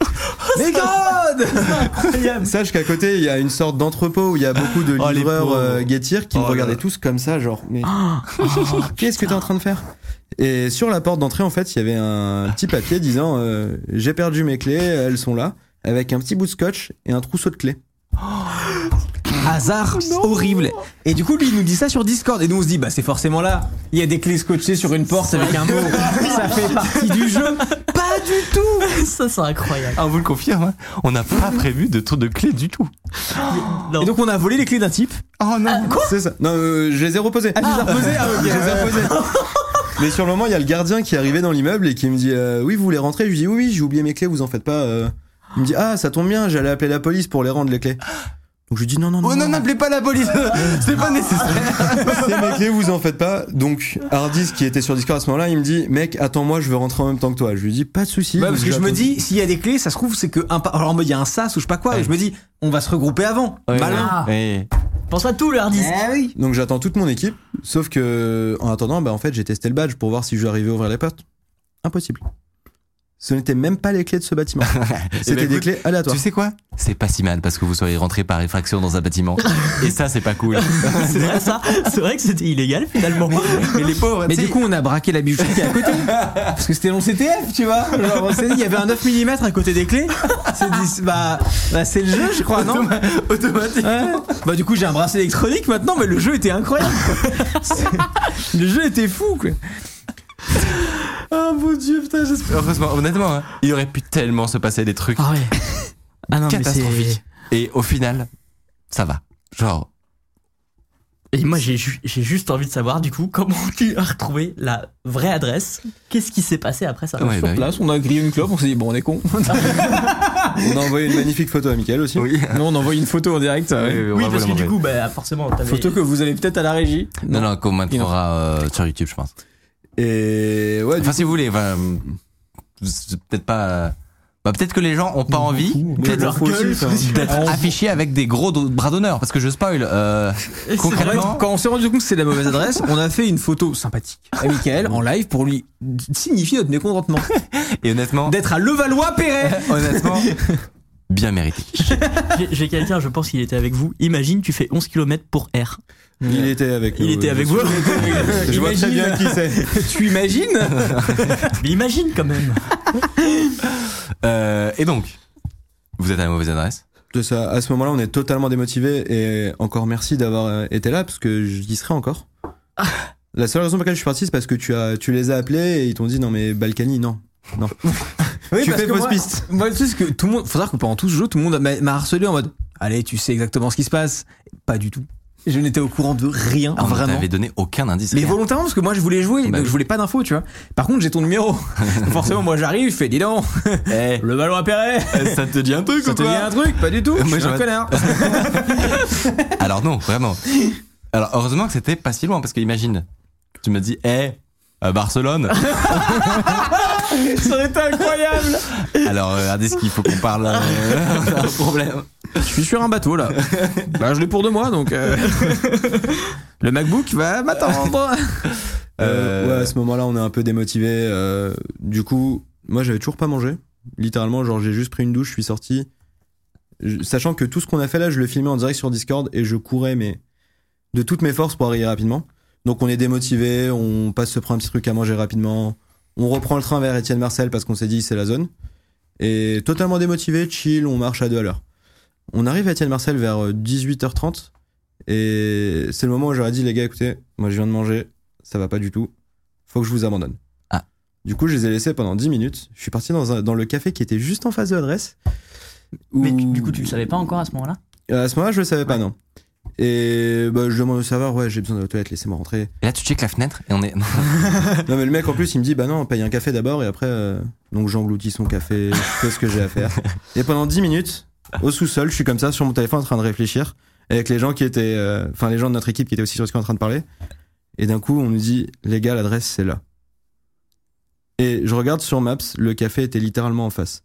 E: Mais God
C: Sache qu'à côté il y a une sorte d'entrepôt où il y a beaucoup de
E: Oh, les
C: livreurs
E: pauvres.
C: euh, guettiers qui me
E: Oh là
C: regardaient
E: là.
C: tous comme ça genre mais qu'est-ce que t'es en train de faire Et sur la porte d'entrée en fait il y avait un petit papier disant euh, j'ai perdu mes clés, elles sont là avec un petit bout de scotch et un trousseau de clés.
E: Hasard horrible. Et du coup, lui, il nous dit ça sur Discord. Et nous, on se dit, bah, c'est forcément là. Il y a des clés scotchées sur une porte avec un mot. ça fait partie du jeu. Pas du tout
D: ça, c'est incroyable.
B: Ah, vous le confirme, hein on n'a pas prévu de tour de clé du tout.
D: Non.
E: Et donc, on a volé les clés d'un type.
B: Oh non
C: C'est ça. Non, euh, je les ai reposés.
E: Ah, tu les as reposées Ah, ok.
C: Je les ai reposés. Mais sur le moment, il y a le gardien qui est arrivé dans l'immeuble et qui me dit euh, Oui, vous voulez rentrer Je lui dis Oui, oui, j'ai oublié mes clés, vous en faites pas. euh. Il me dit Ah, ça tombe bien, j'allais appeler la police pour les rendre les clés. Donc je lui dis Non, non,
E: Ah.
C: non.
B: Oh non, n'appelez pas la police C'est pas nécessaire
C: c'est mes clés, vous en faites pas. Donc Hardis, qui était sur Discord à ce moment-là, il me dit Mec, attends-moi, je veux rentrer en même temps que toi. Je lui dis Pas de soucis.
E: Ouais,
C: Donc
E: parce que je me
C: l'attends.
E: dis, s'il y a des clés, ça se trouve, c'est que un pa- Alors, en mode, il y a un sas ou je sais pas quoi.
B: Ouais.
E: Et je me dis, on va se regrouper avant. Malin.
D: Ah.
B: Eh,
D: Pense à tout, le hard disk.
E: oui.
C: Donc j'attends toute mon équipe, sauf que en attendant, bah en fait j'ai testé le badge pour voir si je arrivais à ouvrir les portes. Impossible. Ce n'étaient même pas les clés de ce bâtiment. C'était
B: écoute,
C: des clés aléatoires.
B: Tu sais quoi C'est pas si mal parce que vous soyez rentré par effraction dans un bâtiment. Et ça, c'est pas cool.
D: C'est vrai, ça. C'est vrai que c'était illégal, finalement.
B: Mais les pauvres,
E: Mais
B: tu
E: du
B: sais,
E: coup, on a braqué la bijouterie à côté. parce que c'était long CTF, tu vois. Genre, on s'est dit, il y avait un 9 mm à côté des clés. C'est dit, bah, bah, c'est le jeu, je crois, non
B: automatique.
E: Ouais. Bah, du coup, j'ai un bracelet électronique maintenant, mais le jeu était incroyable. C'est- le jeu était fou, quoi. Ah,
B: Oh mon dieu, putain, j'espère. Heureusement, honnêtement, hein, il aurait pu tellement se passer des trucs.
D: Ah ouais. Ah non, mais c'est.
B: Catastrophique. Et au final, ça va. Genre,
D: Et moi, j'ai ju- j'ai juste envie de savoir, du coup, comment tu as retrouvé la vraie adresse. Qu'est-ce qui s'est passé après ça
B: Ouais,
E: Sur
B: bah oui.
E: place, on a grillé une clope, on s'est dit, bon, on est con.
C: On a envoyé une magnifique photo à Michael aussi.
B: oui.
E: non, on envoie une photo en direct. ouais.
B: euh,
D: Oui, parce que du coup, bah, forcément, t'avais.
E: Photo que vous avez peut-être à la régie.
B: Non, non, qu'on mettra euh, sur YouTube, je pense.
C: Et ouais, du-
B: Enfin, si vous voulez, enfin, c'est peut-être pas. Bah, peut-être que les gens ont pas envie
C: mais
B: peut-être
C: leur gueule,
B: d'être
E: Ah,
B: affichés avec des gros do- bras d'honneur, parce que je spoil. euh,
D: Et c'est
B: concrètement,
E: Quand on s'est rendu compte que c'est la mauvaise adresse, on a fait une photo sympathique à Michael en live pour lui signifier notre mécontentement
B: et honnêtement,
E: d'être à Levallois-Perret.
B: honnêtement, bien mérité.
D: J'ai- J'ai quelqu'un, je pense qu'il était avec vous. Imagine, tu fais 11 km pour R.
C: il était avec nous.
D: Il était avec vous.
C: Euh, Je vois très bien qui c'est.
E: Tu imagines
D: Mais imagine quand même.
B: Euh, et donc, vous êtes à la mauvaise adresse.
C: De ça, à ce moment-là, on est totalement démotivé et encore merci d'avoir euh, été là parce que j'y serai encore. La seule raison pour laquelle je suis parti, c'est parce que tu as, tu les as appelés et ils t'ont dit non mais Balkany, non, non. tu fais fausse
E: moi,
C: piste.
E: Moi, tu sais ce que tout le monde, faudra que pendant tout ce jeu, tout le monde m'a m'a harcelé en mode Allez, tu sais exactement ce qui se passe. Pas du tout. Je n'étais au courant de rien,
B: Ah, on
E: vraiment.
B: t'avait donné aucun indice.
E: Mais
B: rien.
E: volontairement, parce que moi je voulais jouer,
B: Bah
E: donc
B: oui.
E: je voulais pas d'infos, tu vois. Par contre, j'ai ton numéro. Donc Forcément, moi j'arrive, je fais Dis donc,
B: Eh,
E: le ballon à Perret,
B: ça te dit un truc
E: ça
B: ou
E: te dit
B: quoi
E: un truc Pas du tout,
B: Moi,
E: je suis un
B: j'aurais-
E: connard.
B: Alors non, vraiment. Alors heureusement que c'était pas si loin, parce que imagine, tu m'as dit, eh, À Barcelone.
E: Ça aurait été incroyable
B: Alors, euh, regardez ce qu'il faut qu'on parle. euh, on a un problème.
E: Je suis sur un bateau là. bah, je l'ai pour deux mois donc. euh, Le MacBook va m'attendre.
C: Euh, ouais, à ce moment-là, on est un peu démotivé. euh, du coup, moi, j'avais toujours pas mangé. Littéralement, genre, j'ai juste pris une douche, je suis sorti. Je- sachant que tout ce qu'on a fait là, je le filmais en direct sur Discord et je courais, mais de toutes mes forces pour arriver rapidement. Donc, on est démotivé, on passe se prendre un petit truc à manger rapidement. On reprend le train vers Étienne Marcel parce qu'on s'est dit c'est la zone. Et totalement démotivé, chill, on marche à deux à l'heure. On arrive à Étienne Marcel vers euh, 18h30 et c'est le moment où j'aurais dit les gars, écoutez, moi je viens de manger, ça va pas du tout, faut que je vous abandonne.
B: Ah.
C: Du coup, je les ai laissés pendant 10 minutes. Je suis parti dans, un- dans le café qui était juste en face de l'adresse. où-
D: Mais tu- du coup, tu le savais pas encore à ce moment-là
C: À ce moment-là, je le savais pas, non. Et bah, je demande au serveur, ouais, j'ai besoin de la toilette, laissez-moi rentrer.
B: Et là, tu checkes la fenêtre et on est.
C: non, mais le mec en plus, il me dit, bah non, paye un café d'abord et après. euh, Donc j'engloutis son café, je fais ce que j'ai à faire. Et pendant 10 minutes, au sous-sol, je suis comme ça sur mon téléphone en train de réfléchir avec les gens qui étaient. euh, Enfin, les gens de notre équipe qui étaient aussi sur ce qu'on est en train de parler. Et d'un coup, on nous dit, les gars, l'adresse, c'est là. Et je regarde sur Maps, le café était littéralement en face.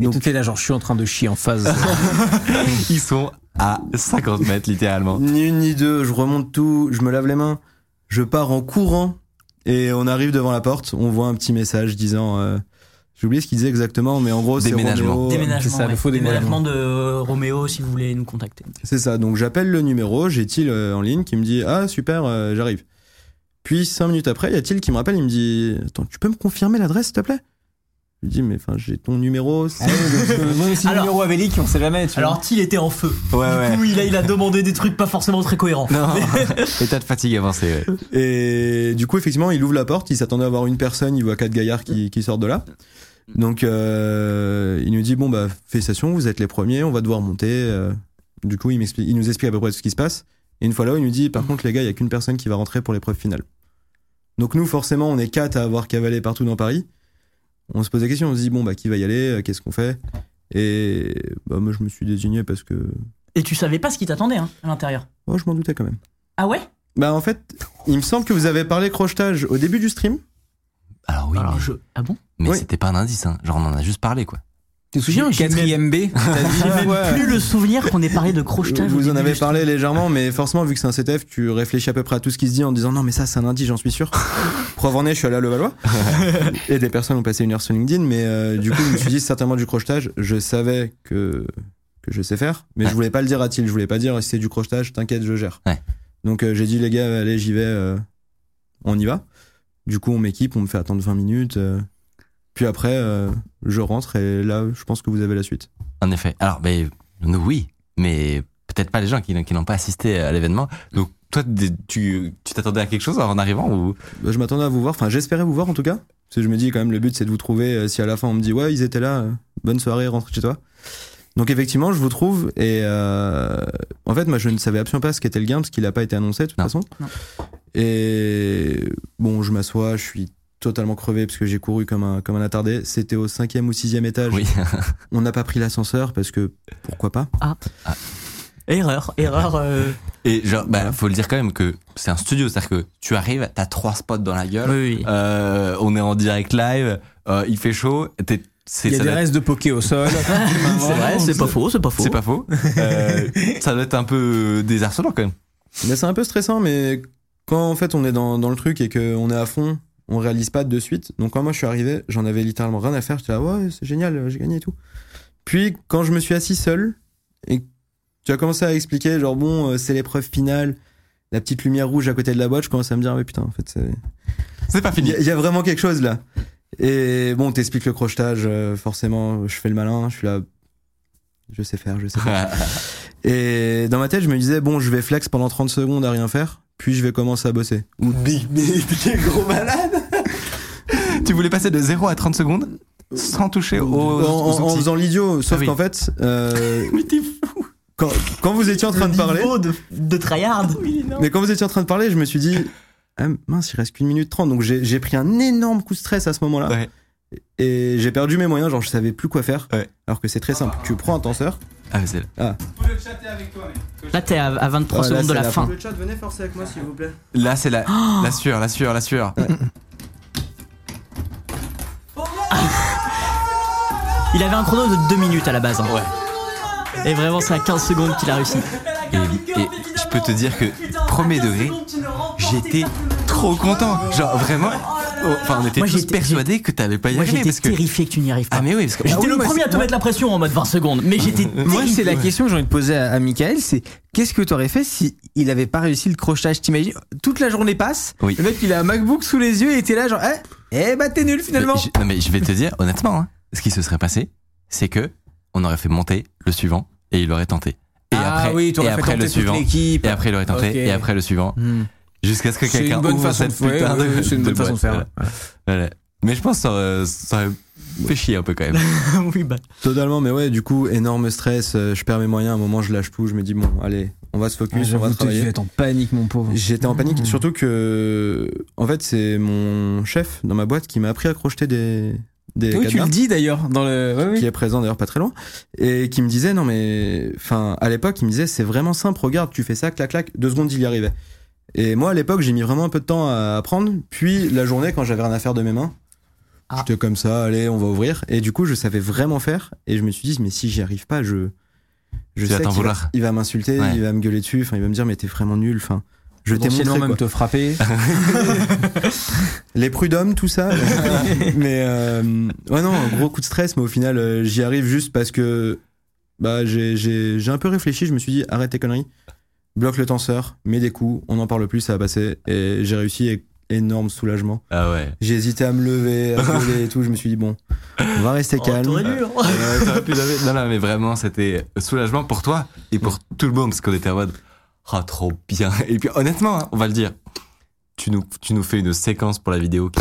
E: Et
C: Donc-
E: tout est là, genre, je suis en train de chier en phase.
B: Ils sont à 50 mètres, littéralement.
C: Ni une ni deux, je remonte tout, je me lave les mains, je pars en courant et on arrive devant la porte, on voit un petit message disant euh, j'ai oublié ce qu'il disait exactement mais en gros Oh, c'est
B: Déménagement.
C: Roméo.
D: Déménagement.
E: c'est ça, le
D: ouais.
E: faux déménagement.
D: de euh, Roméo si vous voulez nous contacter.
C: C'est ça. Donc j'appelle le numéro, j'ai Till euh, en ligne qui me dit ah super, euh, j'arrive. Puis cinq minutes après, il y a Till qui me rappelle, il me dit attends, tu peux me confirmer l'adresse s'il te plaît Je lui dis mais enfin j'ai ton numéro. c'est-
E: euh, Moi aussi,
D: Alors-
E: numéro Avelic, on sait jamais. tu
D: Alors, il était en feu.
B: Ouais,
D: Du
B: ouais.
D: coup, il a, il a demandé des trucs pas forcément très cohérents.
B: Non. État de fatigue avancée. ouais.
C: Et du coup, effectivement, il ouvre la porte, il s'attendait à avoir une personne, il voit quatre gaillards qui, qui sortent de là. Donc, euh, il nous dit, bon, bah, félicitations, vous êtes les premiers, on va devoir monter. euh. Du coup, il, m'explique- il nous explique à peu près tout ce qui se passe. Et une fois là-haut, il nous dit, par contre, les gars, il y a qu'une personne qui va rentrer pour l'épreuve finale. Donc, nous, forcément, on est quatre à avoir cavalé partout dans Paris. On se pose la question, on se dit, bon, bah, qui va y aller euh, Qu'est-ce qu'on fait Et bah, moi, je me suis désigné parce que.
D: Et tu savais pas ce qui t'attendait hein, à l'intérieur.
C: Oh, je m'en doutais quand même.
D: Ah ouais
C: Bah, en fait, il me semble que vous avez parlé crochetage au début du stream.
B: Alors, oui,
D: Alors,
B: mais,
D: je... Ah bon
B: mais
C: Oui.
B: c'était pas un indice. hein. Genre, on en a juste parlé, quoi.
E: te souviens,
D: J'ai- j'ai
E: 4ème B
D: J'ai même
E: Euh.
D: plus le souvenir qu'on ait parlé de crochetage. au
C: Vous en
D: début
C: avez
D: du-
C: parlé légèrement, mais forcément, vu que c'est un CTF, tu réfléchis à peu près à tout ce qui se dit en disant non, mais ça, c'est un indice, j'en suis sûr. Preuve en est, je suis allé à Levallois. Et des personnes ont passé une heure sur LinkedIn, mais euh, du coup, je me suis dit c'est certainement du crochetage. Je savais que, que je sais faire, mais je voulais pas le dire à Thiel. Je voulais pas dire c'est du crochetage, t'inquiète, je gère.
B: Ouais.
C: Donc, euh, j'ai dit les gars, allez, j'y vais, euh, on y va. Du coup, on m'équipe, on me fait attendre 20 minutes. euh, puis après, euh, je rentre et là, je pense que vous avez la suite.
B: En effet. Alors, ben, nous, oui, mais peut-être pas les gens qui, qui n'ont pas assisté à l'événement. Donc, toi, des- tu tu t'attendais à quelque chose en arrivant ou
C: Bah, je m'attendais à vous voir, enfin j'espérais vous voir en tout cas. Parce que je me dis quand même le but c'est de vous trouver. euh, si à la fin on me dit ouais ils étaient là, euh, bonne soirée, rentre chez toi. Donc effectivement je vous trouve et euh, en fait moi je ne savais absolument pas ce qu'était le gain parce qu'il n'a pas été annoncé de toute
B: Non.
C: façon.
D: Non.
C: Et bon je m'assois, je suis totalement crevé parce que j'ai couru comme un, comme un attardé. C'était au cinquième ou sixième étage.
B: Oui.
C: On n'a pas pris l'ascenseur parce que pourquoi pas.
D: Erreur, erreur. euh,
B: Et genre, bah, faut le dire quand même que c'est un studio, c'est-à-dire que tu arrives, t'as trois spots dans la gueule,
D: Oui, oui.
B: euh, on est en direct live, euh, il fait chaud, t'es- c'est
E: Il y a
B: ça
E: des
B: doit être-
E: restes de poké au sol.
D: C'est vrai, c'est pas faux, c'est pas faux.
B: c'est pas faux. Euh, ça doit être un peu désarçonnant quand même.
C: Mais c'est un peu stressant, mais quand en fait on est dans, dans le truc et qu'on est à fond, on réalise pas de suite. Donc quand moi je suis arrivé, j'en avais littéralement rien à faire. J'étais là, ouais, c'est génial, j'ai gagné et tout. Puis quand je me suis assis seul et que tu as commencé à expliquer, genre bon, euh, c'est l'épreuve finale, la petite lumière rouge à côté de la boîte, je commence à me dire, ah, mais putain, en fait, c'est.
B: C'est pas
C: Il
B: fini.
C: y, a- il y a vraiment quelque chose là. Et bon, t'expliques le crochetage, euh, forcément, je fais le malin, je suis là. Je sais faire, je sais faire. Et dans ma tête, je me disais, bon, je vais flex pendant 30 secondes à rien faire, puis je vais commencer à bosser.
B: Ou big, big, quel gros malade Tu voulais passer de 0 à 30 secondes sans toucher au.
C: en, en- en faisant l'idiot, sauf
B: Ah oui.
C: qu'en fait, euh,
B: Mais t'es fou.
C: quand, quand vous étiez en train de parler,
D: Niveau de, de tryhard.
C: mais quand vous étiez en train de parler, je me suis dit, ah, mince, il reste qu'une minute trente. Donc j'ai j'ai pris un énorme coup de stress à ce moment-là.
B: Ouais.
C: Et j'ai perdu mes moyens, genre je savais plus quoi faire.
B: Ouais.
C: Alors que c'est très simple. Tu prends un tenseur,
B: Ah, mais c'est là.
C: Ah.
F: le chat est avec toi, mec. Que le
D: Là,
F: chat-
D: t'es à, à 23
E: Ah, là,
D: secondes de
E: c'est
D: la,
E: la
D: fin.
C: Le chat, venez forcer avec moi, s'il vous plaît.
B: Là, c'est la, la sueur, la sueur, la sueur.
D: Il avait un chrono de 2 minutes à la base. hein. Et vraiment, c'est à 15 secondes qu'il a réussi.
B: Et, et je peux te dire que, premier degré, j'étais trop content. Genre, vraiment, oh, enfin, on était
D: Moi,
B: tous
D: j'étais-
B: persuadés que t'allais pas y
D: Moi,
B: arriver.
D: j'étais
B: Parce que...
D: terrifié que tu n'y arrives pas.
B: Ah, mais oui, parce que.
D: J'étais
B: Ah oui,
D: le
B: moi,
D: premier à te mettre la pression en mode 20 secondes, mais j'étais.
E: Moi, c'est la
B: Ouais.
E: question que j'ai envie de poser à, à Michael, c'est qu'est-ce que t'aurais fait si il avait pas réussi le crochetage T'imagines Toute la journée passe,
B: Oui.
E: le mec il a un MacBook sous les yeux et était là genre, eh, eh bah t'es nul finalement.
B: Mais je- non, mais je vais te dire, honnêtement, hein, ce qui se serait passé, c'est que on aurait fait monter le suivant et il aurait tenté. Et
E: ah
B: après,
E: oui, t'aurais
B: et
E: fait
B: après le
E: tenter toute
B: suivant.
E: l'équipe.
B: Et après, il aurait tenté.
E: Ok.
B: Et après, le suivant.
E: Hmm.
B: Jusqu'à ce que
E: C'est
B: quelqu'un
E: une bonne
B: ouvre
E: façon
B: cette
E: de- ouais,
B: putain de,
E: ouais, c'est une
B: de
E: bonne façon
B: boîte.
E: de faire,
B: Voilà. Voilà. Mais je pense que ça aurait- ça aurait fait chier un peu quand même.
D: oui, bah.
C: Totalement, mais ouais, du coup, énorme stress. euh, je perds mes moyens. À un moment, je lâche tout. Je me dis, bon, allez, on va se focus, on va
E: Ah J'avoue, t'as dû
C: travailler.
E: être Mmh. en panique mon pauvre.
C: J'étais en panique, surtout que, en fait, c'est mon chef dans ma boîte qui m'a appris à crocheter des, des
E: Oui, tu
C: cadenas,
E: le dis d'ailleurs dans le. ouais, ouais.
C: qui est présent d'ailleurs pas très loin, et qui me disait, non mais, enfin, à l'époque, il me disait, c'est vraiment simple, regarde, tu fais ça, clac, clac, deux secondes, il y arrivait. Et moi, à l'époque, j'ai mis vraiment un peu de temps à apprendre, puis la journée, quand j'avais rien à faire de mes mains,
D: Ah.
C: j'étais comme ça, allez, on va ouvrir, et du coup, je savais vraiment faire, et je me suis dit, mais si j'y arrive pas, je, je
B: Tu vas
C: sais
B: t'en
C: qu'il va-
B: vouloir.
C: il va m'insulter,
B: Ouais.
C: il va me gueuler dessus, enfin, il va me dire, mais t'es vraiment nul, enfin, je
E: Je
C: t'ai
E: t'ai
C: montré,
E: même
C: quoi.
E: te frapper.
C: Les prud'hommes, tout ça. mais euh, ouais, non, un gros coup de stress, mais au final, euh, j'y arrive juste parce que bah, j'ai- j'ai j'ai un peu réfléchi. Je me suis dit, arrête tes conneries, bloque le tenseur, mets des coups, on en parle plus, ça va passer. Et j'ai réussi, et- énorme soulagement.
B: Ah ouais.
C: J'ai hésité à me lever, à me lever et tout. Je me suis dit, bon, on va rester calme.
D: t'aurais dû, hein.
B: Ouais, t'aurais pu laver. non, non, mais vraiment, c'était soulagement pour toi et pour tout le monde, parce qu'on était en mode, ah, trop bien. Et puis, honnêtement, hein, on va le dire, tu nous, tu nous fais une séquence pour la vidéo qui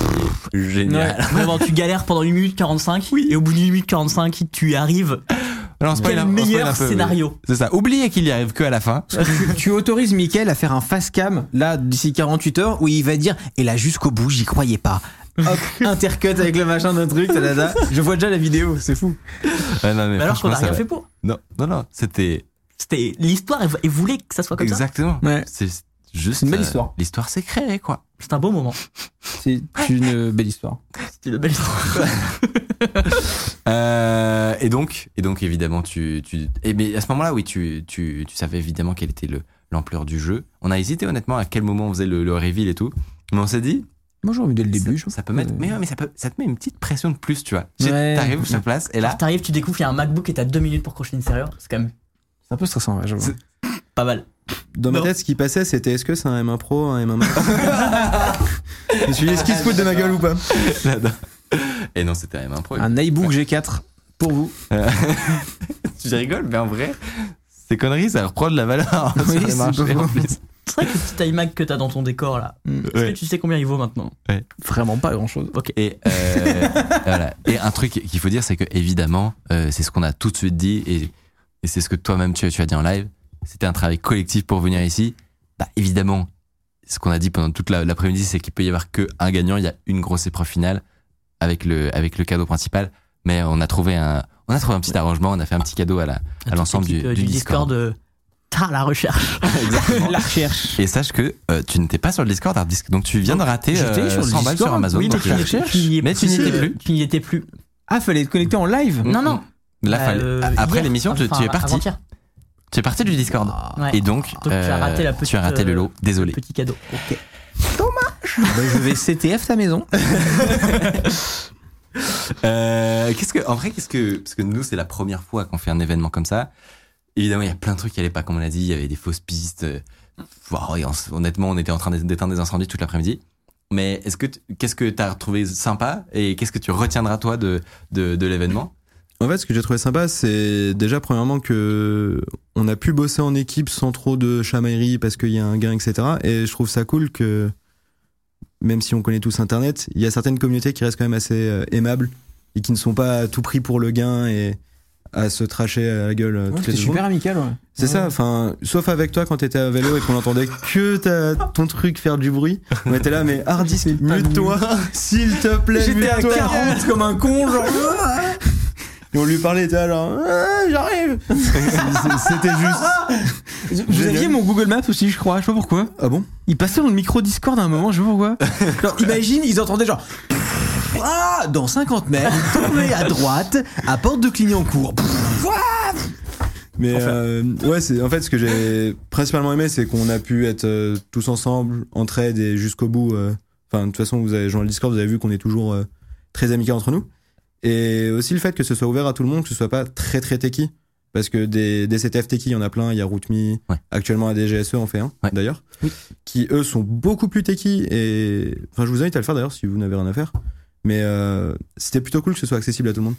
B: est géniale.
D: Vraiment, tu galères pendant 1 minute 45, et au bout d'une minute 45, tu y arrives.
B: Non, hein, c'est
D: Quel
B: pas
D: meilleur scénario.
B: C'est ça. Oubliez qu'il y arrive que à la fin.
E: tu, tu autorises Mickaël à faire un face cam là d'ici 48 heures où il va dire et là jusqu'au bout j'y croyais pas. Hop, intercut avec le machin d'un truc, tadada. Je vois déjà la vidéo, c'est fou.
B: Ouais, non, mais
D: Mais alors qu'on
B: franchement,
D: a
B: ça
D: rien
B: va.
D: fait pour.
B: Non, non, non, c'était
D: C'était l'histoire, elle, elle voulait que ça soit Oh, comme ça.
B: exactement.
E: Ouais.
B: C'est juste.
E: C'est une belle
B: euh,
E: histoire.
B: L'histoire s'est créée, quoi.
D: C'est un beau moment.
E: C'est une euh, belle histoire.
D: C'était une belle histoire.
B: Euh, et donc, et donc évidemment, tu, tu, et mais à ce moment-là, oui, tu, tu, tu savais évidemment quelle était le l'ampleur du jeu. On a hésité honnêtement à quel moment on faisait le, le reveal et tout, mais on s'est dit,
E: Moi j'ai envie dès le
B: ça-
E: début.
B: ça, peut mettre, mais, ouais, mais ça peut, ça te met une petite pression de plus, tu vois. Tu sais,
E: Ouais.
B: T'arrives sur place et là,
D: T'arrives, tu découvres qu'il y a un MacBook et t'as 2 minutes pour crocheter une serrure. C'est quand même
E: C'est un peu stressant, ouais, j'avoue.
D: pas mal.
C: Dans ma
D: Non.
C: tête, ce qui passait, c'était est-ce que c'est un M1 Pro, un M1 Max Je me suis dit, est-ce qu'il se fout de ma gueule ou pas
B: et non, hein, c'était même un pro.
E: Un iBook G4 pour vous.
B: Je rigole, mais en vrai, ces conneries, ça reprend de la valeur hein,
E: Oui,
B: sur les
E: c'est
B: marchés,
E: pas
B: en
E: faux.
B: plus.
D: C'est vrai que le petit iMac que t'as dans ton décor là, est-ce
B: Ouais.
D: que tu sais combien il vaut maintenant
E: Euh, Vraiment pas grand chose.
B: Et, euh, voilà. et un truc qu'il faut dire, c'est que évidemment, euh, c'est ce qu'on a tout de suite dit et, et c'est ce que toi-même tu, tu as dit en live. C'était un travail collectif pour venir ici. Bah, évidemment, ce qu'on a dit pendant toute la- l'après-midi, c'est qu'il peut y avoir que un gagnant. Il y a une grosse épreuve finale avec le, avec le cadeau principal. Mais on a trouvé un, on a trouvé un petit arrangement. On a fait un petit cadeau à la, à l'ensemble du,
D: L'équipe, euh,
B: du Discord.
D: euh, T'as la recherche.
B: Exactement.
E: La recherche.
B: Et sache que euh, tu n'étais pas sur le Discord, Hard Disk. Donc tu viens de rater
E: J'étais
B: euh,
E: sur le
B: 100 balles
E: Discord.
B: sur Amazon.
E: Oui, mais
B: Donc,
E: tu
B: euh,
E: la recherches.
D: Qui y est
B: Mais tu n'y étais plus.
D: euh,
B: Mm,
D: Tu n'y étais plus.
E: Ah, fallait te connecter en live.
D: Non, non.
B: Là,
D: Bah,
B: fallait-
D: euh,
B: Après
D: hier,
B: l'émission, tu, tu
D: enfin,
B: es parti.
D: avant-hier.
B: Tu es parti du Discord.
E: Ah,
D: Ouais.
B: Et donc,
D: tu as raté la petite,
B: tu as raté le
D: euh,
B: lot. Désolé.
D: Petit cadeau. Ok.
E: bah, je vais CTF ta maison.
B: Euh, qu'est-ce que, en vrai, qu'est-ce que, parce que nous, c'est la première fois qu'on fait un événement comme ça. Évidemment, il y a plein de trucs qui allaient pas, comme on l'a dit. Il y avait des fausses pistes. euh, wow, et on- honnêtement, on était en train d'éteindre des incendies toute l'après-midi. Mais est-ce que, tu- qu'est-ce que t'as retrouvé sympa et qu'est-ce que tu retiendras toi de, de, de l'événement?
C: En fait, ce que j'ai trouvé sympa, c'est déjà premièrement que on a pu bosser en équipe sans trop de chamaillerie parce qu'il y a un gain, etc. Et je trouve ça cool que même si on connaît tous Internet, il y a certaines communautés qui restent quand même assez euh, aimables et qui ne sont pas à tout prix pour le gain et à se tracher à la gueule euh, toutes les
E: C'était
C: deux secondes.
E: super amical, ouais.
C: C'est ça, enfin, sauf avec toi quand t'étais à vélo et qu'on entendait que ta, ton truc faire du bruit. On était là, mais Hardis, mute-toi, s'il te plaît, mute-toi.
E: comme un con, genre.
C: Et on lui parlait, t'es là, genre, Ah, j'arrive. C'était juste.
E: Vous aviez mon Google Maps aussi, je crois, je sais pas pourquoi.
C: Ah bon
E: Il passait dans le micro Discord à un moment, je sais pas pourquoi.
A: Alors, imagine, ils entendaient genre.
E: Ah, dans 50 mètres, tournez à droite, à porte de Clignancourt.
C: Mais euh, ouais, c'est en fait ce que j'ai principalement aimé, c'est qu'on a pu être euh, tous ensemble, entre aides et jusqu'au bout. euh. Enfin, de toute façon, vous avez dans le Discord, vous avez vu qu'on est toujours euh, très amicaux entre nous. Et aussi le fait que ce soit ouvert à tout le monde, que ce soit pas très très techie, parce que des, des CTF techie, il y en a plein. Il y a Rootme,
B: Ouais.
C: actuellement ADGSE en E, fait un
B: Ouais.
C: d'ailleurs, qui eux sont beaucoup plus techie. Et enfin, je vous invite à le faire d'ailleurs si vous n'avez rien à faire. Mais euh, c'était plutôt cool que ce soit accessible à tout le monde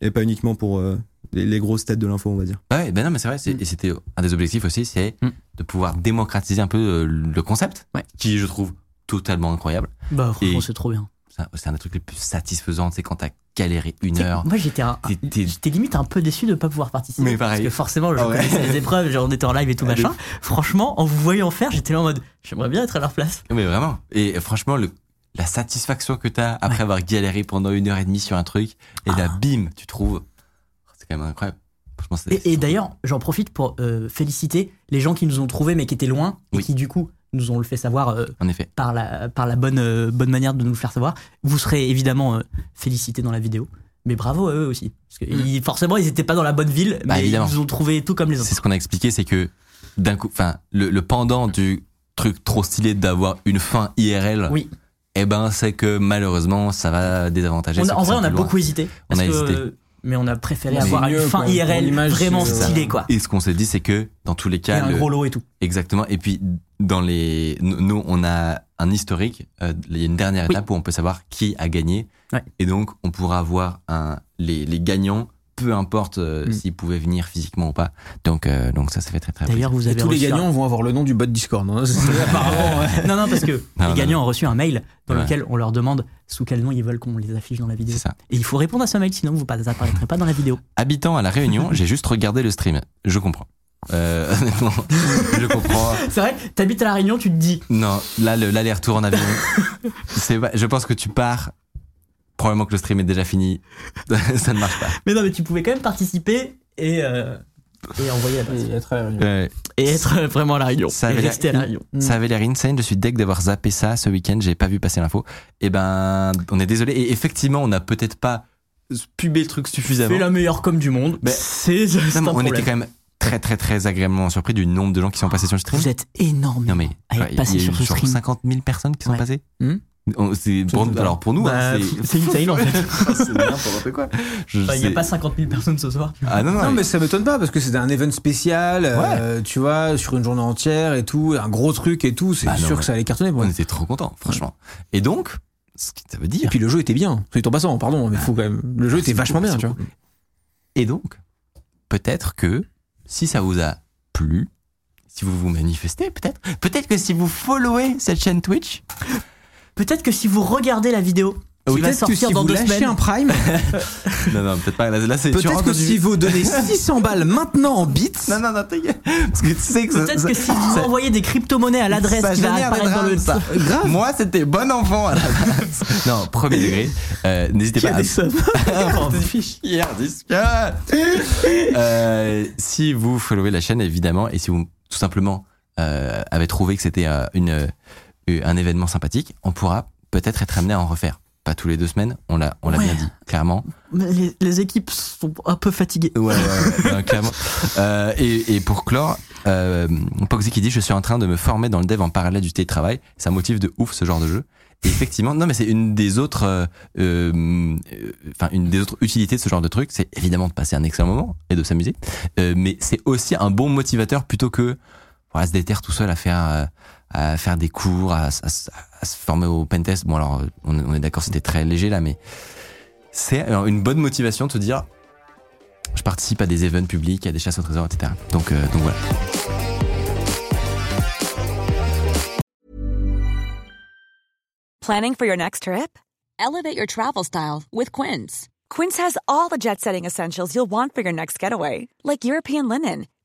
C: et pas uniquement pour euh, les- les grosses têtes de l'info, on va dire.
B: Bah ouais, ben non, mais c'est vrai. c'est- Et c'était un des objectifs aussi, c'est
D: Mm.
B: de pouvoir démocratiser un peu euh, le concept,
D: Ouais.
B: qui je trouve totalement incroyable.
D: Bah, franchement,
B: Et-
D: c'est trop bien.
B: C'est un- C'est un des trucs les plus satisfaisants, c'est quand t'as galéré une
D: T'sais,
B: heure.
D: Moi, j'étais un-
B: T'es- t'es-
D: J'étais limite un peu déçu de pas pouvoir participer.
B: Mais pareil.
D: Parce que forcément, je
B: Ah ouais.
D: connaissais les épreuves, genre on était en live et tout
B: Ah, de
D: machin. Franchement, en vous voyant faire, j'étais là en mode, j'aimerais bien être à leur place.
B: Mais vraiment. Et franchement, le, la satisfaction que t'as après avoir galéré pendant une heure et demie sur un truc, et là, bim, tu trouves. oh, C'est quand même incroyable. Franchement, c'est-
D: Ah. Et, et d'ailleurs, j'en profite pour euh, féliciter les gens qui nous ont trouvés mais qui étaient loin et
B: Oui.
D: qui du coup nous ont le fait savoir euh,
B: En effet.
D: par la, par la bonne, euh, bonne manière de nous le faire savoir. Vous serez évidemment euh, félicités dans la vidéo. Mais bravo à eux aussi. Parce que ils- forcément, ils n'étaient pas dans la bonne ville,
B: Bah,
D: mais ils
B: évidemment.
D: nous ont trouvé tout comme les
B: C'est
D: autres.
B: ce qu'on a expliqué, c'est que d'un coup, enfin, le, le pendant du truc trop stylé d'avoir une fin IRL,
D: Oui.
B: eh ben, c'est que malheureusement, ça va désavantager.
D: On a-
B: ceux
D: en
B: qui
D: vrai,
B: sont
D: on a
B: plus loin.
D: beaucoup hésité.
B: On
D: parce
B: a
D: que-
B: hésité.
D: Mais on a préféré
E: C'est
D: avoir
E: mieux,
D: une fin
E: quoi. Pour
D: IRL
E: l'image,
D: vraiment
E: c'est-
D: stylée, quoi.
B: Et ce qu'on s'est dit, c'est que dans tous les
D: Et
B: cas,
D: un
B: le-
D: gros lot et
B: Ah
D: tout.
B: exactement. Et puis, dans les, nous- nous, on a un historique. euh, Il y a une dernière
D: Oui.
B: étape où on peut savoir qui a gagné.
D: Ouais.
B: Et donc, on pourra avoir un, les, les gagnants, peu importe euh,
E: Mm.
B: s'ils pouvaient venir physiquement ou pas. Donc, euh, donc ça, ça fait très très plaisir.
D: D'ailleurs, vous avez
E: tous les
D: reçu un-
E: gagnants vont avoir le nom du bot Discord. hein. C'est- Apparemment, ouais.
D: Non, non, parce que
B: non, non.
D: les gagnants ont reçu un mail dans
B: Ouais.
D: lequel on leur demande sous quel nom ils veulent qu'on les affiche dans la vidéo.
B: C'est ça.
D: Et il faut répondre à ce mail, sinon vous ne apparaîtrez pas dans la vidéo.
B: Habitant à La Réunion, j'ai juste regardé le stream. Je comprends. Euh, honnêtement, je comprends.
D: C'est vrai, t'habites à La Réunion, tu te dis.
B: Non, là, le- l'aller-retour en avion. c'est pas- je pense que tu pars. Probablement que le stream est déjà fini. ça ne marche pas.
D: Mais non, mais tu pouvais quand même participer et, euh, et envoyer la partie. Et être euh, vraiment à La Réunion.
B: Ça
D: et
B: avait l'air
D: rester à La Réunion.
B: Ça avait l'air insane. Je suis deg d'avoir zappé ça ce week-end. J'ai pas vu passer l'info. Et ben, on est désolé. Et effectivement, on n'a peut-être pas pubé le truc suffisamment.
D: Fais la meilleure com du monde.
B: Mais-
D: c'est c'est
B: Non, mais
D: un
B: on
D: problème.
B: était quand même très, très, très agréablement surpris du nombre de gens qui sont passés sur le stream.
D: Vous êtes énorme.
B: Non, mais
D: à être
B: ouais, il y a
D: passé
B: eu
D: sur ce
B: genre
D: stream.
B: 50 000 personnes qui sont
D: Ouais.
B: passées.
E: Hmm.
B: On- c'est pour-
E: total.
B: alors pour nous,
D: Bah,
B: hein,
D: pff,
B: c'est
D: c'est une taille en fait.
B: c'est n'importe quoi. Je
D: Enfin, Il n'y a
B: sais-
D: pas 50 000 personnes ce soir.
B: Ah non, non,
E: Non,
B: mais-
E: mais ça m'étonne pas parce que c'était un event spécial, euh, tu vois, sur une journée entière et tout, un gros truc et tout. C'est
B: Bah non,
E: sûr
B: mais-
E: que ça allait cartonner pour
B: on
E: nous.
B: était trop contents, franchement. Et donc, ce que ça veut
E: Et
B: dire.
E: puis le jeu était bien, soit dit en passant, pardon, mais faut quand même. Le
B: Ah,
E: jeu était vachement bien, tu vois.
B: Et donc, peut-être que si ça vous a plu, si vous vous manifestez, peut-être, peut-être que si vous followez cette chaîne Twitch,
D: Peut-être que si vous regardez la vidéo, qui va
E: Peut-être que
D: sortir
E: si
D: dans
E: vous
D: deux
E: lâchez
D: semaines.
E: un prime,
B: non, non, peut-être pas. Là, là, c'est tu
E: peut-être
B: rentres
E: que
B: dans du-
E: si vous donnez 600 balles maintenant en bits,
B: Non, non, non, t'inquiète. Parce que tu sais que ça-
D: Peut-être
B: ça-
D: que si vous
B: ça-
D: envoyez des crypto-monnaies à l'adresse
B: Ça
D: qui va
B: génère des
D: apparaître dans le.
B: drames, ça.
E: grave.
B: Moi, c'était bon enfant à la base. non, premier degré. Euh, N'hésitez
D: Il y
B: pas
D: a
B: à
D: des sommes.
B: Ah, t'es fait chier, dis- Ah Euh, si vous followez la chaîne, évidemment, et si vous tout simplement euh, avez trouvé que c'était euh, une, euh, un événement sympathique, on pourra peut-être être amené à en refaire. Pas tous les deux semaines, on l'a, on l'a
D: Ouais.
B: bien dit, clairement.
D: Mais les, les équipes sont un peu fatiguées.
B: Ouais, ouais, ouais, non, clairement. Euh, et, et pour clore, euh, Poxy qui dit Je suis en train de me former dans le dev en parallèle du télétravail. Ça motive de ouf ce genre de jeu. Et effectivement, non, mais c'est une des autres, euh, euh, euh, enfin une des autres utilités de ce genre de truc, c'est évidemment de passer un excellent moment et de s'amuser. Euh, mais c'est aussi un bon motivateur plutôt que voilà, se déterre tout seul à faire euh, à faire des cours, à, s- à s- à se former au pentest. Bon alors, on, est- on est d'accord, c'était très léger là, mais c'est alors, une bonne motivation de se dire je participe à des events publics, à des chasses au trésor, etc. Donc, euh, donc voilà.
F: Planning for your next trip? Elevate your travel style with Quince. Quince has all the jet setting essentials you'll want for your next getaway, like European linen,